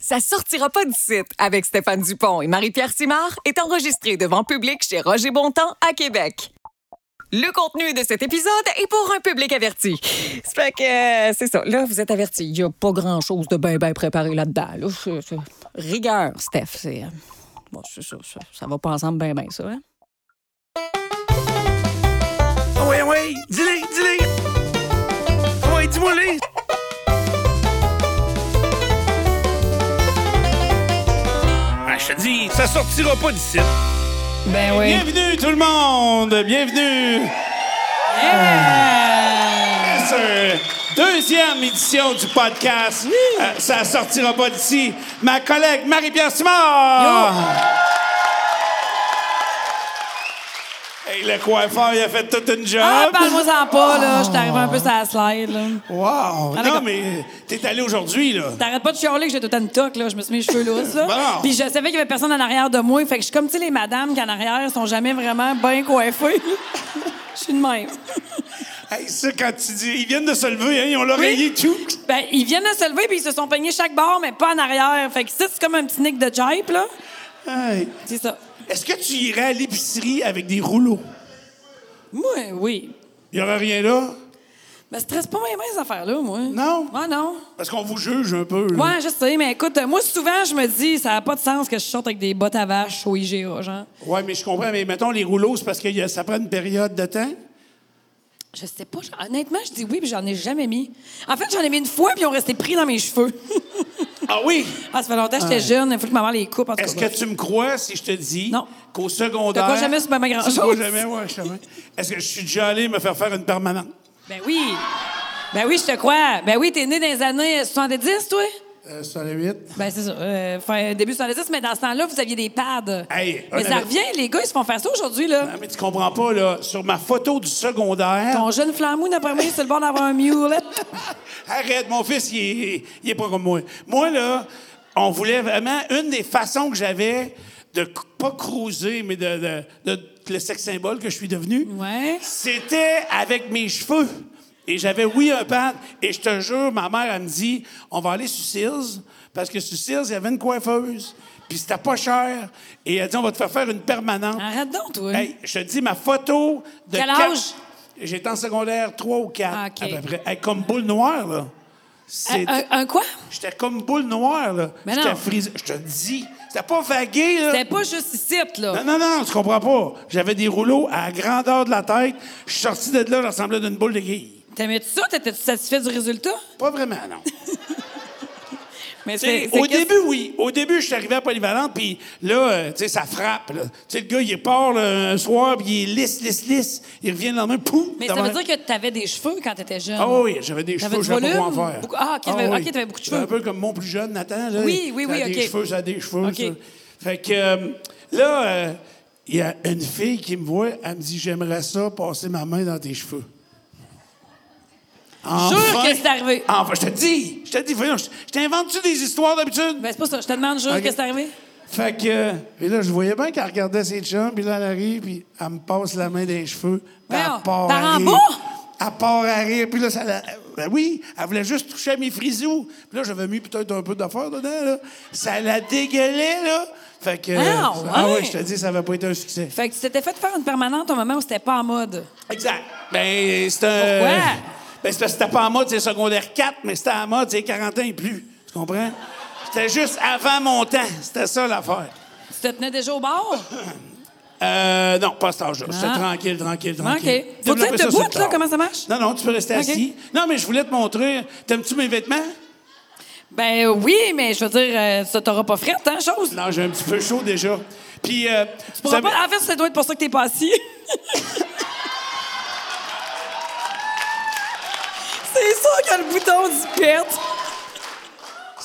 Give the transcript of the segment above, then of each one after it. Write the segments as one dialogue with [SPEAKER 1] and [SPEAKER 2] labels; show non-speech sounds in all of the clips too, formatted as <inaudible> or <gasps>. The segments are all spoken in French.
[SPEAKER 1] Ça sortira pas du site avec Stéphane Dupont et Marie-Pierre Simard est enregistré devant public chez Roger Bontemps à Québec. Le contenu de cet épisode est pour un public averti. C'est fait que euh, c'est ça. Là, vous êtes averti. Il n'y a pas grand-chose de bien bien préparé là-dedans. là. C'est- c'est- Rigueur, Steph. C'est euh, bon, c'est ça, ça. Ça va pas ensemble bien bien ça. hein?
[SPEAKER 2] Oui, oui, dis-le, dis-le. Oui, dis-moi les. Ah, je te dis, ça sortira pas d'ici.
[SPEAKER 1] Ben oui.
[SPEAKER 3] Bienvenue tout le monde! Bienvenue! Yes, sir. Deuxième édition du podcast. Euh, ça sortira pas d'ici. Ma collègue Marie-Pierre Simard! Hey, le coiffeur, il a fait toute une job.
[SPEAKER 4] Ah, parle-moi-en pas, là. Je t'arrive un peu sur la slide, là.
[SPEAKER 3] wow! non,
[SPEAKER 4] Ah, d'accord.
[SPEAKER 3] mais t'es allé aujourd'hui, là.
[SPEAKER 4] T'arrêtes pas de chialer que j'ai tout le temps une toque, là. Je me suis mis les cheveux lousses, là.
[SPEAKER 3] Ben non.
[SPEAKER 4] Puis je savais qu'il y avait personne en arrière de moi. Fait que je suis comme, tu sais, les madames qui en arrière sont jamais vraiment bien coiffées. <laughs> Je suis de même.
[SPEAKER 3] Hey, ça, quand tu dis... Ils viennent de se lever, hein, ils ont l'oreiller tout.
[SPEAKER 4] Ben, ils viennent de se lever puis ils se sont peignés chaque bord, mais pas en arrière. Fait que ça, c'est comme un petit nick de jipe, là.
[SPEAKER 3] Hey.
[SPEAKER 4] C'est ça.
[SPEAKER 3] Est-ce que tu irais à l'épicerie avec des rouleaux?
[SPEAKER 4] Moi, oui.
[SPEAKER 3] Il n'y aurait rien là?
[SPEAKER 4] Ben, stresse pas bien, bien, ces affaires-là, moi.
[SPEAKER 3] Non?
[SPEAKER 4] Ouais, non.
[SPEAKER 3] Parce qu'on vous juge un peu. là.
[SPEAKER 4] Ouais, je sais, mais écoute, euh, moi, souvent, je me dis, ça n'a pas de sens que je sorte avec des bottes à vache au IGA, genre.
[SPEAKER 3] Ouais, mais je comprends. Mais mettons, les rouleaux, c'est parce que y a- ça prend une période de temps.
[SPEAKER 4] Je sais pas. je- Honnêtement, je dis oui, puis j'en ai jamais mis. En fait, j'en ai mis une fois, puis ils ont resté pris dans mes cheveux. <laughs>
[SPEAKER 3] Ah oui?
[SPEAKER 4] ah, ça fait longtemps que j'étais jeune. Il faut que ma mère les coupe, en tout
[SPEAKER 3] Est-ce
[SPEAKER 4] cas.
[SPEAKER 3] que tu me crois si je te dis
[SPEAKER 4] Non.
[SPEAKER 3] qu'au secondaire...
[SPEAKER 4] T'as pas jamais su ma mère grand-chose.
[SPEAKER 3] Tu crois jamais, ouais, jamais. Est-ce que je suis déjà allé me faire faire une permanente?
[SPEAKER 4] Ben oui. Ben oui, je te crois. Ben oui, t'es né dans les années 70, toi?
[SPEAKER 3] Euh, sur les huit.
[SPEAKER 4] Ben c'est ça. Euh, fin, début 70, mais dans ce temps-là, vous aviez des pads.
[SPEAKER 3] Hey,
[SPEAKER 4] mais ça
[SPEAKER 3] honnêtement-
[SPEAKER 4] revient, les gars, ils se font faire ça aujourd'hui, là.
[SPEAKER 3] Ah, mais tu comprends pas, là. Sur ma photo du secondaire...
[SPEAKER 4] Ton jeune flamou, d'après moi, c'est le bon d'avoir un mulet.
[SPEAKER 3] Arrête, mon fils, il est, il est pas comme moi. Moi, là, on voulait vraiment... Une des façons que j'avais de cou- pas cruiser, mais de, de- de- de- le sex symbole que je suis devenu,
[SPEAKER 4] Ouais.
[SPEAKER 3] C'était avec mes cheveux. Et j'avais, oui, un pad. Et je te jure, ma mère, elle me dit, on va aller sur Sears, parce que sur Sears, il y avait une coiffeuse. Puis c'était pas cher. Et elle dit, on va te faire faire une permanente.
[SPEAKER 4] Arrête donc, toi.
[SPEAKER 3] Hey, je te dis, ma photo de...
[SPEAKER 4] Hein? Quel
[SPEAKER 3] quatre-
[SPEAKER 4] âge?
[SPEAKER 3] J'étais en secondaire 3 ou 4,
[SPEAKER 4] Ah, OK.
[SPEAKER 3] à peu près. Hey, comme boule noire, là.
[SPEAKER 4] Un,
[SPEAKER 3] C'est-
[SPEAKER 4] Euh, un- un quoi?
[SPEAKER 3] J'étais comme boule noire, là.
[SPEAKER 4] Mais
[SPEAKER 3] J'étais
[SPEAKER 4] non.
[SPEAKER 3] frisé. Je te dis, c'était pas vagué, là.
[SPEAKER 4] C'était pas juste ici, là.
[SPEAKER 3] Non, non, non, tu comprends pas. J'avais des rouleaux à la grandeur de la tête. Je suis sorti de là, je ressemblais d'une boule de guille.
[SPEAKER 4] T'aimais-tu ça? T'étais-tu satisfait du résultat?
[SPEAKER 3] Pas vraiment,
[SPEAKER 4] <laughs>
[SPEAKER 3] non.
[SPEAKER 4] Mais
[SPEAKER 3] Tu sais,
[SPEAKER 4] c'est- c'est
[SPEAKER 3] Au
[SPEAKER 4] qu'est-ce-
[SPEAKER 3] début, oui. Au début, je suis arrivé à Polyvalente, puis là, euh, tu sais, ça frappe. là. Tu sais, le gars, il part là, un soir, puis il est lisse, lisse, lisse. Il revient le lendemain, pouf!
[SPEAKER 4] Mais ça veut dire que t'avais des cheveux quand t'étais jeune.
[SPEAKER 3] Ah oui, j'avais des
[SPEAKER 4] T'avais
[SPEAKER 3] cheveux,
[SPEAKER 4] du
[SPEAKER 3] je savais pas quoi en
[SPEAKER 4] volume?
[SPEAKER 3] faire.
[SPEAKER 4] Beaucoup- ah, ok, t'avais- ok, t'avais beaucoup de
[SPEAKER 3] C'était
[SPEAKER 4] cheveux.
[SPEAKER 3] Un peu comme mon plus jeune, Nathan. Là,
[SPEAKER 4] Oui, oui, oui,
[SPEAKER 3] ça a
[SPEAKER 4] ok.
[SPEAKER 3] des cheveux, ça a des cheveux.
[SPEAKER 4] Ok.
[SPEAKER 3] ça. Fait que euh, là, euh, il y a une fille qui me voit, elle me dit J'aimerais ça passer ma main dans tes cheveux. Enfin,
[SPEAKER 4] que c'est arrivé.
[SPEAKER 3] Enfin, je te dis, je te dis, voyons, je je t'invente-tu des histoires d'habitude?
[SPEAKER 4] Ben, c'est pas ça. Je te demande juste
[SPEAKER 3] Ok.
[SPEAKER 4] qu'est-ce qui est arrivé.
[SPEAKER 3] Fait que, euh, puis là, je voyais bien qu'elle regardait ses chums, puis là, elle arrive, puis elle me passe la main dans les cheveux, puis
[SPEAKER 4] Voyons,
[SPEAKER 3] elle part
[SPEAKER 4] par en
[SPEAKER 3] à
[SPEAKER 4] bas?
[SPEAKER 3] rire. Elle part à rire, puis là, ça la- ben oui, elle voulait juste toucher à mes frisous. Puis là, j'avais mis peut-être un peu d'affaires dedans, là. Ça la dégueulait, là. Fait que...
[SPEAKER 4] Ah,
[SPEAKER 3] euh,
[SPEAKER 4] ouais?
[SPEAKER 3] je te dis, ça avait pas été un succès.
[SPEAKER 4] Fait que tu t'étais fait faire une permanente au moment où c'était pas en mode.
[SPEAKER 3] Exact. Ben, c'est un...
[SPEAKER 4] Pourquoi?
[SPEAKER 3] Ben, c'est parce que c'était pas en mode, c'est secondaire 4, mais c'était en mode, c'est 40 ans et plus. Tu comprends? C'était juste avant mon temps. C'était ça, l'affaire.
[SPEAKER 4] Tu te tenais déjà au bord?
[SPEAKER 3] Euh, non, pas à cet âge-là. J'étais
[SPEAKER 4] Ah.
[SPEAKER 3] tranquille, tranquille, tranquille.
[SPEAKER 4] Faut que tu
[SPEAKER 3] Développer
[SPEAKER 4] aies
[SPEAKER 3] ça
[SPEAKER 4] debout,
[SPEAKER 3] sur le
[SPEAKER 4] là,
[SPEAKER 3] tard.
[SPEAKER 4] comment ça marche?
[SPEAKER 3] Non, non, tu peux rester
[SPEAKER 4] OK.
[SPEAKER 3] assis. Non, mais je voulais te montrer. T'aimes-tu mes vêtements?
[SPEAKER 4] Ben oui, mais je veux dire, euh, ça t'aura pas fret, hein, chose.
[SPEAKER 3] Non, j'ai un petit peu chaud déjà. Puis, euh,
[SPEAKER 4] Tu
[SPEAKER 3] vous
[SPEAKER 4] pourras
[SPEAKER 3] savez-
[SPEAKER 4] pas... En fait, ça doit être pour ça que t'es pas assis. <laughs> c'est sûr qu'il y a le bouton du perte.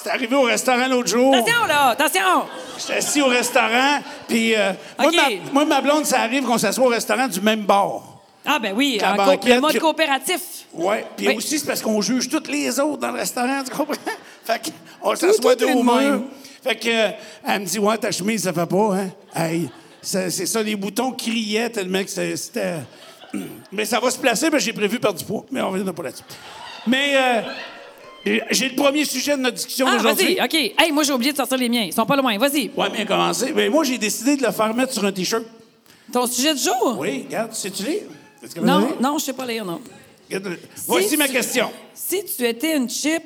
[SPEAKER 3] c'est arrivé au restaurant l'autre jour.
[SPEAKER 4] Attention, là! Attention!
[SPEAKER 3] J'étais assis au restaurant. Puis, euh, moi,
[SPEAKER 4] OK.
[SPEAKER 3] ma, moi, ma blonde, ça arrive qu'on s'assoit au restaurant du même bar.
[SPEAKER 4] Ah, ben oui,
[SPEAKER 3] La
[SPEAKER 4] en co-
[SPEAKER 3] banquette,
[SPEAKER 4] le mode
[SPEAKER 3] je-
[SPEAKER 4] coopératif.
[SPEAKER 3] Ouais, puis
[SPEAKER 4] Oui.
[SPEAKER 3] aussi, c'est parce qu'on juge toutes les autres dans le restaurant, tu comprends? <laughs> Fait qu'on s'assoit
[SPEAKER 4] tout
[SPEAKER 3] deux
[SPEAKER 4] est
[SPEAKER 3] au
[SPEAKER 4] de
[SPEAKER 3] mur.
[SPEAKER 4] même.
[SPEAKER 3] Fait que, euh, elle me dit, ouais, ta chemise, ça fait pas, hein? Hey, ça- c'est ça, les boutons criaient tellement que c'est- c'était. <clears throat> Mais ça va se placer, ben j'ai prévu par du poids. Mais on reviendra pas là-dessus. Mais, euh, Et J'ai le premier sujet de notre discussion
[SPEAKER 4] Ah,
[SPEAKER 3] d'aujourd'hui.
[SPEAKER 4] vas-y, OK. Hey, moi, j'ai oublié de sortir les miens. Ils sont pas loin. Vas-y.
[SPEAKER 3] Ouais, bien commencé. Mais moi, j'ai décidé de le faire mettre sur un T-shirt.
[SPEAKER 4] Ton sujet du jour?
[SPEAKER 3] Oui, regarde, sais-tu lire? Est-ce que vous
[SPEAKER 4] Non,
[SPEAKER 3] l'avez?
[SPEAKER 4] non, je sais pas lire, non.
[SPEAKER 3] Regarde le- Voici
[SPEAKER 4] Si
[SPEAKER 3] ma
[SPEAKER 4] tu-
[SPEAKER 3] question.
[SPEAKER 4] Si tu étais une chip,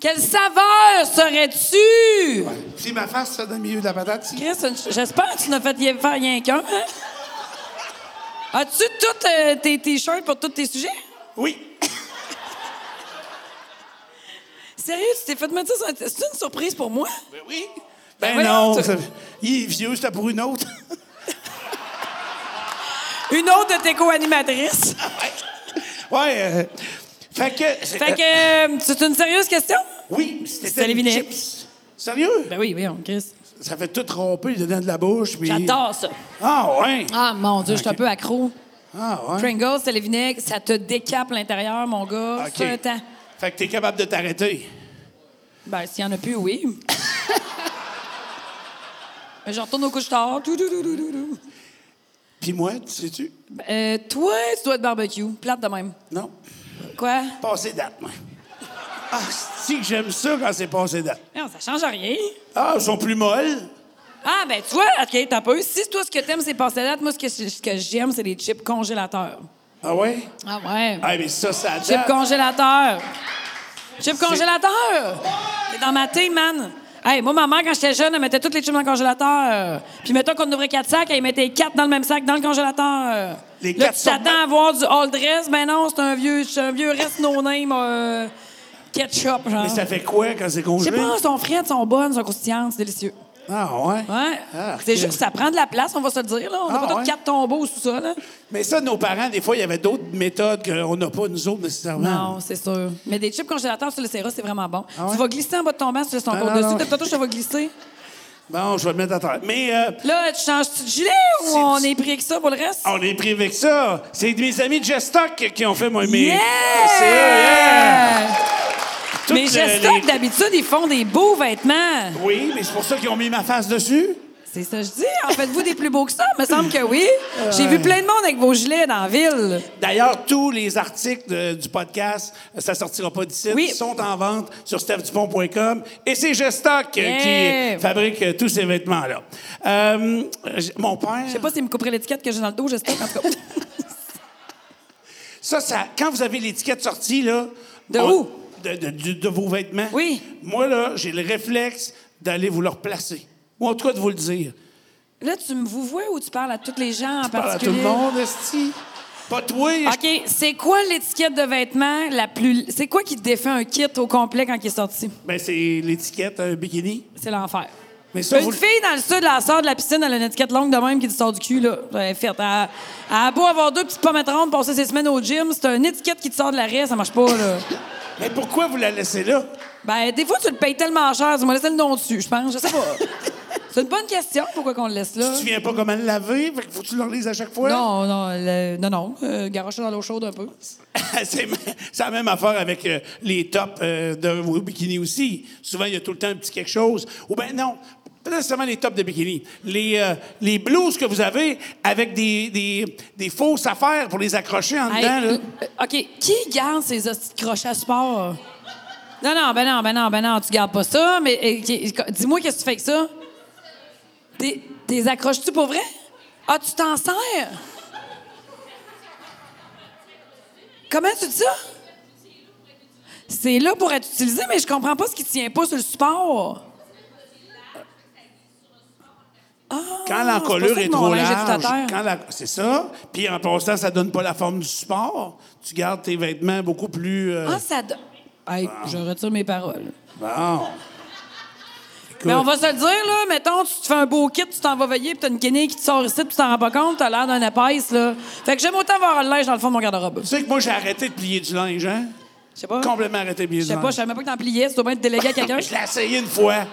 [SPEAKER 4] quelle saveur serais-tu?
[SPEAKER 3] Si ma face, ça dans le milieu de la patate, si-
[SPEAKER 4] Chris, une chi- j'espère que tu n'as fait y- faire rien qu'un. hein? As-tu tous euh, tes t-shirts pour tous tes sujets?
[SPEAKER 3] Oui.
[SPEAKER 4] Sérieux, tu t'es fait mettre ça sur un t- C'est une surprise pour moi?
[SPEAKER 3] Ben oui. Ben
[SPEAKER 4] Ben
[SPEAKER 3] non.
[SPEAKER 4] voyons,
[SPEAKER 3] ça- Il est vieux, c'était pour une autre.
[SPEAKER 4] Une autre de tes co-animatrices.
[SPEAKER 3] <laughs> ouais. euh, Fait que.
[SPEAKER 4] Fait que, euh, c'est une sérieuse question?
[SPEAKER 3] Oui, c'était
[SPEAKER 4] C'était les
[SPEAKER 3] des
[SPEAKER 4] vinaigres.
[SPEAKER 3] chips. Sérieux?
[SPEAKER 4] Ben oui, voyons, Chris.
[SPEAKER 3] Ça fait tout romper le dedans de la bouche. puis-
[SPEAKER 4] J'adore ça.
[SPEAKER 3] Ah, ouais.
[SPEAKER 4] Ah, mon Dieu, je suis un peu accro.
[SPEAKER 3] Ah, ouais.
[SPEAKER 4] Pringles, c'est les vinaigres, ça te décape l'intérieur, mon gars.
[SPEAKER 3] OK.
[SPEAKER 4] C'est un temps.
[SPEAKER 3] Fait que t'es capable de t'arrêter.
[SPEAKER 4] Ben, s'il y en a plus, oui. Ben, je retourne au couche-tard. Tout, tout, tout, tout, tout, tout.
[SPEAKER 3] Puis moi, tu sais-tu?
[SPEAKER 4] Ben, euh, toi, tu dois être barbecue. Plate de même.
[SPEAKER 3] Non.
[SPEAKER 4] Quoi?
[SPEAKER 3] Passé date, moi. Ah, si que j'aime ça quand c'est passé date.
[SPEAKER 4] Non, ça change rien.
[SPEAKER 3] Ah, ils sont plus molles.
[SPEAKER 4] Ah, ben, tu vois, OK, t'as pas eu. Si toi, ce que t'aimes, c'est passer date, moi, ce que, ce que j'aime, c'est les chips congélateurs.
[SPEAKER 3] Ah ouais?
[SPEAKER 4] Ah, ouais.
[SPEAKER 3] Ah, mais ça, ça
[SPEAKER 4] Chips
[SPEAKER 3] date.
[SPEAKER 4] congélateurs. Chips congélateurs. C'est dans ma thé, man. Hey, moi, maman, quand j'étais jeune, elle mettait toutes les chips dans le congélateur. Puis, mettons qu'on ouvrait quatre sacs, elle mettait quatre dans le même sac, dans le congélateur.
[SPEAKER 3] Les
[SPEAKER 4] Là,
[SPEAKER 3] quatre
[SPEAKER 4] tu
[SPEAKER 3] sont-
[SPEAKER 4] t'attends à voir du old dress. Ben non, c'est un vieux, c'est un vieux reste no-name euh, ketchup, genre.
[SPEAKER 3] Mais ça fait quoi quand c'est
[SPEAKER 4] Je sais
[SPEAKER 3] congelé?
[SPEAKER 4] pas, sont frites, sont bonnes, sont croustillantes, c'est délicieux.
[SPEAKER 3] Ah ouais?
[SPEAKER 4] Ouais.
[SPEAKER 3] Ah,
[SPEAKER 4] c'est
[SPEAKER 3] ok.
[SPEAKER 4] juste que ça prend de la place, on va se le dire, là. On n'a
[SPEAKER 3] Ah,
[SPEAKER 4] pas tous
[SPEAKER 3] ouais.
[SPEAKER 4] quatre tombeaux sous ça, là.
[SPEAKER 3] Mais ça, nos parents, des fois, il y avait d'autres méthodes qu'on n'a pas, nous autres, nécessairement.
[SPEAKER 4] Non, c'est sûr. Mais des chips congélateurs, tu le séras, c'est vraiment bon.
[SPEAKER 3] Ah ouais?
[SPEAKER 4] Tu vas glisser en bas de ton banc, tu laisses ton
[SPEAKER 3] Ah,
[SPEAKER 4] compte
[SPEAKER 3] non, non.
[SPEAKER 4] dessus. Peut-être que je te vas glisser.
[SPEAKER 3] Bon, je vais le mettre à terre. Mais euh,
[SPEAKER 4] Là, tu changes-tu de gilet ou
[SPEAKER 3] C'est- Ah,
[SPEAKER 4] on est pris avec ça pour le reste?
[SPEAKER 3] on est pris avec ça. C'est mes amis de Gestock qui ont fait moi, mes...
[SPEAKER 4] Yeah!
[SPEAKER 3] C'est eux, yeah! Toutes,
[SPEAKER 4] Mais
[SPEAKER 3] euh,
[SPEAKER 4] Gestock,
[SPEAKER 3] les-
[SPEAKER 4] d'habitude, ils font des beaux vêtements.
[SPEAKER 3] Oui, mais c'est pour ça qu'ils ont mis ma face dessus.
[SPEAKER 4] C'est ça, que je dis. En faites-vous des plus beaux que ça? Me semble que oui.
[SPEAKER 3] Ah.
[SPEAKER 4] J'ai vu plein de monde avec vos gilets dans la ville.
[SPEAKER 3] D'ailleurs, tous les articles de- du podcast, euh, ça sortira pas d'ici,
[SPEAKER 4] Oui.
[SPEAKER 3] sont en vente sur stephdupont.com. Et c'est Gestock euh,
[SPEAKER 4] Yeah!
[SPEAKER 3] qui fabrique euh, tous ces vêtements-là. Euh, j- mon père,
[SPEAKER 4] Je sais pas s'ils me couperaient l'étiquette que j'ai dans le dos, Gestock, en tout cas.
[SPEAKER 3] ça, ça, quand vous avez l'étiquette sortie, là...
[SPEAKER 4] De où?
[SPEAKER 3] De, de- du- de vos vêtements.
[SPEAKER 4] Oui.
[SPEAKER 3] Moi, là, j'ai le réflexe d'aller vous le replacer. Ou en tout cas, de vous le dire.
[SPEAKER 4] Là, tu me vous vois ou tu parles à tous les gens en
[SPEAKER 3] Je Parle à tout
[SPEAKER 4] particulier?
[SPEAKER 3] le monde, esti. Pas toi. je-
[SPEAKER 4] OK, c'est quoi l'étiquette de vêtements la plus. C'est quoi qui te défait un kit au complet quand il est sorti?
[SPEAKER 3] Ben, c'est l'étiquette, un bikini.
[SPEAKER 4] C'est l'enfer.
[SPEAKER 3] Mais ça,
[SPEAKER 4] une
[SPEAKER 3] vous... le-
[SPEAKER 4] fille dans le sud, la sort de la piscine, elle a une étiquette longue de même qui lui sort du cul, là. Elle est faite. Elle, elle a beau avoir deux petites pommettes rondes, passer ses semaines au gym, c'est une étiquette qui te sort de la raie, ça marche
[SPEAKER 3] <laughs>
[SPEAKER 4] pas, là.
[SPEAKER 3] Mais pourquoi vous la laissez là?
[SPEAKER 4] ben, des fois, tu le payes tellement cher, tu m'as laissé le nom dessus, je pense, je
[SPEAKER 3] <laughs>
[SPEAKER 4] sais pas. c'est une bonne question, pourquoi qu'on le laisse là?
[SPEAKER 3] Tu viens pas comment le laver? Fait que faut que tu le relises à chaque fois?
[SPEAKER 4] Non, non, le- non, non, euh, garoche ça dans l'eau chaude un peu.
[SPEAKER 3] <laughs> c'est m- c'est la même affaire avec euh, les tops euh, de vos bikinis aussi. Souvent, il y a tout le temps un petit quelque chose. Ou ben non, pas nécessairement les tops de bikini. Les, euh, les blouses que vous avez avec des, des, des fausses affaires pour les accrocher en
[SPEAKER 4] Hey,
[SPEAKER 3] dedans. là.
[SPEAKER 4] euh, OK, qui garde ces hosties de crochets à sport? Non, non, ben non, ben non, ben non, tu gardes pas ça, mais euh, qui- dis-moi qu'est-ce que tu fais avec ça? T'es t'es accroches-tu pour vrai? Ah, tu t'en sers? Comment tu dis ça? C'est là pour être utilisé, mais je comprends pas ce qui tient pas sur le support.
[SPEAKER 3] Quand
[SPEAKER 4] c'est pour
[SPEAKER 3] l'encolure
[SPEAKER 4] ça
[SPEAKER 3] est
[SPEAKER 4] que mon
[SPEAKER 3] trop
[SPEAKER 4] linge est tout à
[SPEAKER 3] large,
[SPEAKER 4] terre.
[SPEAKER 3] quand la- c'est ça. Puis en passant, ça donne pas la forme du sport. Tu gardes tes vêtements beaucoup plus. euh,
[SPEAKER 4] Ah, ça... do- Hey, je retire mes paroles.
[SPEAKER 3] bon. Écoute,
[SPEAKER 4] Mais on va se le dire, là, mettons, tu te fais un beau kit, tu t'en vas veiller, puis t'as une guinée qui te sort ici, puis tu t'en rends pas compte, t'as l'air d'un épaisse, là. Fait que j'aime autant avoir le linge dans le fond de mon garde-robe.
[SPEAKER 3] Tu sais que moi, j'ai arrêté de plier du linge, hein?
[SPEAKER 4] Je sais pas.
[SPEAKER 3] Complètement arrêté de plier
[SPEAKER 4] Ah. Je
[SPEAKER 3] du
[SPEAKER 4] sais
[SPEAKER 3] linge.
[SPEAKER 4] pas, je savais même pas que t'en pliais, c'est au moins de déléguer à quelqu'un.
[SPEAKER 3] Je l'ai essayé une fois.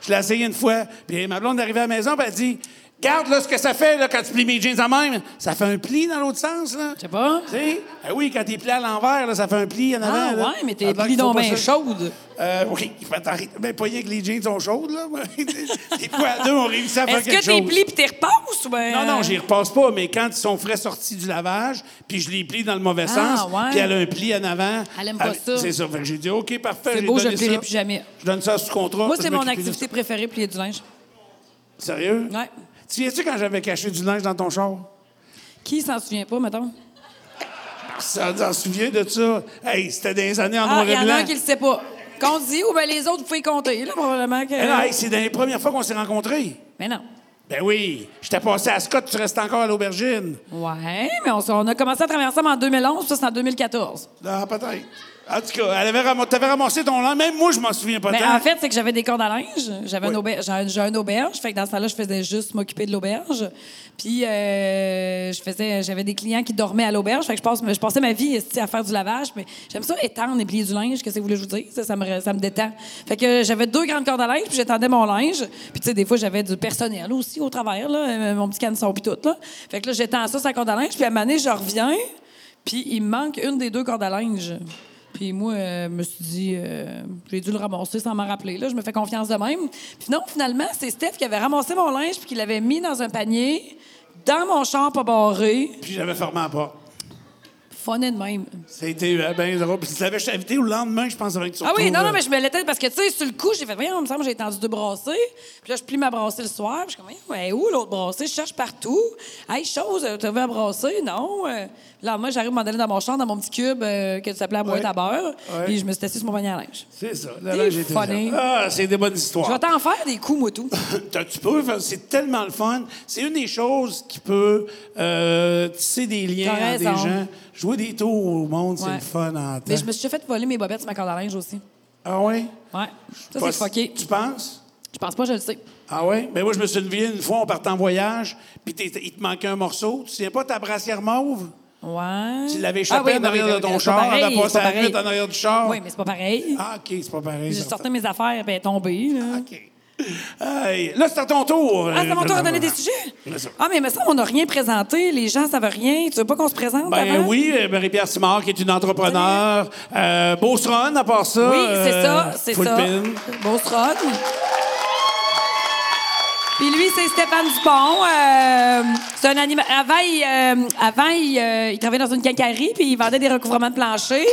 [SPEAKER 3] Je l'ai essayé une fois. Puis ma blonde est arrivée à la maison, puis elle dit Garde là, ce que ça fait là, quand tu plies mes jeans en même. Ça fait un pli dans l'autre sens. Là.
[SPEAKER 4] Je sais pas.
[SPEAKER 3] Tu sais? Ah oui, quand t'es plié à l'envers, là, ça fait un pli en avant.
[SPEAKER 4] Ah
[SPEAKER 3] là.
[SPEAKER 4] ouais, mais
[SPEAKER 3] Ça
[SPEAKER 4] t'es
[SPEAKER 3] a l'air
[SPEAKER 4] pris
[SPEAKER 3] qu'il faut
[SPEAKER 4] donc
[SPEAKER 3] pas
[SPEAKER 4] bien
[SPEAKER 3] ça.
[SPEAKER 4] chaude.
[SPEAKER 3] Euh, oui, mais t'en ris- ben, pas rien que les jeans sont chaudes, là. <laughs> Des fois, à deux, on réussit
[SPEAKER 4] <laughs>
[SPEAKER 3] à faire
[SPEAKER 4] Est-ce
[SPEAKER 3] quelque
[SPEAKER 4] que t'es
[SPEAKER 3] chose.
[SPEAKER 4] plis puis t'es repasses ou bien...
[SPEAKER 3] Non, non, j'y repasse pas, mais quand ils sont frais sortis du lavage, puis je les plie dans le mauvais
[SPEAKER 4] Ah,
[SPEAKER 3] sens,
[SPEAKER 4] ouais.
[SPEAKER 3] puis elle a un pli en avant.
[SPEAKER 4] Elle aime pas
[SPEAKER 3] avec-
[SPEAKER 4] ça.
[SPEAKER 3] C'est ça. Fait que j'ai dit, OK, parfait.
[SPEAKER 4] C'est
[SPEAKER 3] j'ai
[SPEAKER 4] beau, je
[SPEAKER 3] donné
[SPEAKER 4] le plierai
[SPEAKER 3] ça.
[SPEAKER 4] plus jamais.
[SPEAKER 3] Je donne ça sous contrat.
[SPEAKER 4] Moi,
[SPEAKER 3] ça
[SPEAKER 4] c'est
[SPEAKER 3] m'occupe
[SPEAKER 4] mon
[SPEAKER 3] de ça.
[SPEAKER 4] activité préférée, plier du linge.
[SPEAKER 3] Sérieux?
[SPEAKER 4] Ouais.
[SPEAKER 3] Tu viens-tu quand j'avais caché du linge dans ton char?
[SPEAKER 4] Qui s'en souvient pas, mettons?
[SPEAKER 3] Ça t'en souviens de ça? Hey, c'était dans les années en
[SPEAKER 4] Ah,
[SPEAKER 3] noir
[SPEAKER 4] il y
[SPEAKER 3] et
[SPEAKER 4] en a
[SPEAKER 3] blanc.
[SPEAKER 4] un qui le sait pas. Qu'on dit, ou bien les autres, vous pouvez compter, là, probablement que...
[SPEAKER 3] Eh non, hey, c'est dans les premières fois qu'on s'est rencontrés.
[SPEAKER 4] Mais non.
[SPEAKER 3] Ben oui, j'étais passé à Scott, tu restes encore à l'aubergine.
[SPEAKER 4] Ouais, mais on, s- on a commencé à travailler ensemble en 2011, ça, c'est en 2014.
[SPEAKER 3] Ah, peut-être. En tout cas, elle avait ramassé, t'avais ramassé ton linge. Même moi, je m'en souviens pas
[SPEAKER 4] Mais
[SPEAKER 3] tant.
[SPEAKER 4] Ben, en fait, c'est que j'avais des cordes à linge. J'avais une auberge, j'ai un- j'ai une auberge. Fait que dans ce temps-là, je faisais juste m'occuper de l'auberge. Puis euh, je faisais, j'avais des clients qui dormaient à l'auberge. Fait que je, passe, je passais ma vie esti, à faire du lavage. Mais j'aime ça étendre et plier du linge. Qu'est-ce que vous voulez que je vous dise? Ça, ça me, ça me détend. Fait que j'avais deux grandes cordes à linge, puis j'étendais mon linge. Puis tu sais, des fois, j'avais du personnel aussi au travers, là, euh, mon petit caneçon puis tout. Là. Fait que là, j'étends ça, sa corde à linge. Puis à un moment donné, je reviens, puis il me manque une des deux cordes à linge. Puis moi, euh, je me suis dit, euh, j'ai dû le ramasser sans m'en rappeler. Là, je me fais confiance de même. Puis non, finalement, c'est Steph qui avait ramassé mon linge puis qui l'avait mis dans un panier, dans mon champ pas barré.
[SPEAKER 3] Puis j'avais fermé la porte.
[SPEAKER 4] Funné de même.
[SPEAKER 3] Ça a été euh, bien drôle. Puis tu l'avais invité au lendemain, je pense, avant que tu
[SPEAKER 4] Ah oui,
[SPEAKER 3] retrouves,
[SPEAKER 4] non,
[SPEAKER 3] euh,
[SPEAKER 4] non, mais je me l'étais parce que, tu sais, sur le coup, j'ai fait, voyons, il me semble, que j'ai tendu deux brassées. Puis là, je plie ma brassée le soir. Puis je suis comme, mais où l'autre brassée? Je cherche partout. Hey, chose, euh, t'as vu la brassée? Non. Euh, Là, moi, j'arrive à m'en aller dans mon champ, dans mon petit cube euh, que tu appelais la boîte
[SPEAKER 3] Ouais.
[SPEAKER 4] à beurre.
[SPEAKER 3] Ouais.
[SPEAKER 4] Puis je me suis assise sur mon panier à linge.
[SPEAKER 3] C'est ça. Là, là,
[SPEAKER 4] T'es
[SPEAKER 3] j'ai été
[SPEAKER 4] funny.
[SPEAKER 3] là. Ah, c'est des bonnes histoires.
[SPEAKER 4] Je vais t'en faire des coups, moi, tout.
[SPEAKER 3] T'as- tu peux, faire- c'est tellement le fun. C'est une des choses qui peut euh, tisser des liens
[SPEAKER 4] T'as
[SPEAKER 3] entre des
[SPEAKER 4] raison.
[SPEAKER 3] gens. Jouer des tours au monde, <laughs> c'est
[SPEAKER 4] Ouais.
[SPEAKER 3] le fun en temps.
[SPEAKER 4] Mais je me suis déjà fait voler mes bobettes sur ma corde à linge aussi.
[SPEAKER 3] Ah ouais?
[SPEAKER 4] Ouais. Ça,
[SPEAKER 3] Pas-
[SPEAKER 4] c'est fucké.
[SPEAKER 3] Tu penses?
[SPEAKER 4] Je pense pas, je le sais.
[SPEAKER 3] Ah ouais? Ben moi, je me souviens une fois, on partait en voyage, puis t'es- il te manquait un morceau. Tu sais pas ta brassière mauve?
[SPEAKER 4] Ouais.
[SPEAKER 3] Tu l'avais
[SPEAKER 4] Ah
[SPEAKER 3] échappé
[SPEAKER 4] oui,
[SPEAKER 3] en
[SPEAKER 4] ben oui,
[SPEAKER 3] arrière
[SPEAKER 4] ben
[SPEAKER 3] de
[SPEAKER 4] oui,
[SPEAKER 3] ton
[SPEAKER 4] ben, c'est
[SPEAKER 3] char,
[SPEAKER 4] pas pareil,
[SPEAKER 3] elle a passé
[SPEAKER 4] c'est
[SPEAKER 3] à
[SPEAKER 4] pas
[SPEAKER 3] la
[SPEAKER 4] pareil.
[SPEAKER 3] minute en arrière du char.
[SPEAKER 4] Oui, mais c'est pas pareil.
[SPEAKER 3] Ah, OK, c'est Ah, pas pareil.
[SPEAKER 4] J'ai
[SPEAKER 3] certain.
[SPEAKER 4] sorti mes affaires, ben tombé. Là.
[SPEAKER 3] OK. Hey, là, c'est à ton tour.
[SPEAKER 4] Ah, c'est à mon tour de
[SPEAKER 3] à
[SPEAKER 4] donner des sujets?
[SPEAKER 3] C'est ça.
[SPEAKER 4] Ah, mais me semble on n'a rien présenté. Les gens savent rien. Tu veux pas qu'on se présente
[SPEAKER 3] Ben
[SPEAKER 4] avant?
[SPEAKER 3] oui, euh, Marie-Pierre Simard, qui est une entrepreneur. Euh, Beauceron, à part ça.
[SPEAKER 4] Oui, c'est
[SPEAKER 3] euh,
[SPEAKER 4] ça, c'est
[SPEAKER 3] Full
[SPEAKER 4] ça.
[SPEAKER 3] Pin.
[SPEAKER 4] Bon strode. Puis lui, c'est Stéphane Dupont. euh, c'est un anima- Avant, il, euh, avant il, euh, il travaillait dans une quincaillerie, puis il vendait des recouvrements de plancher.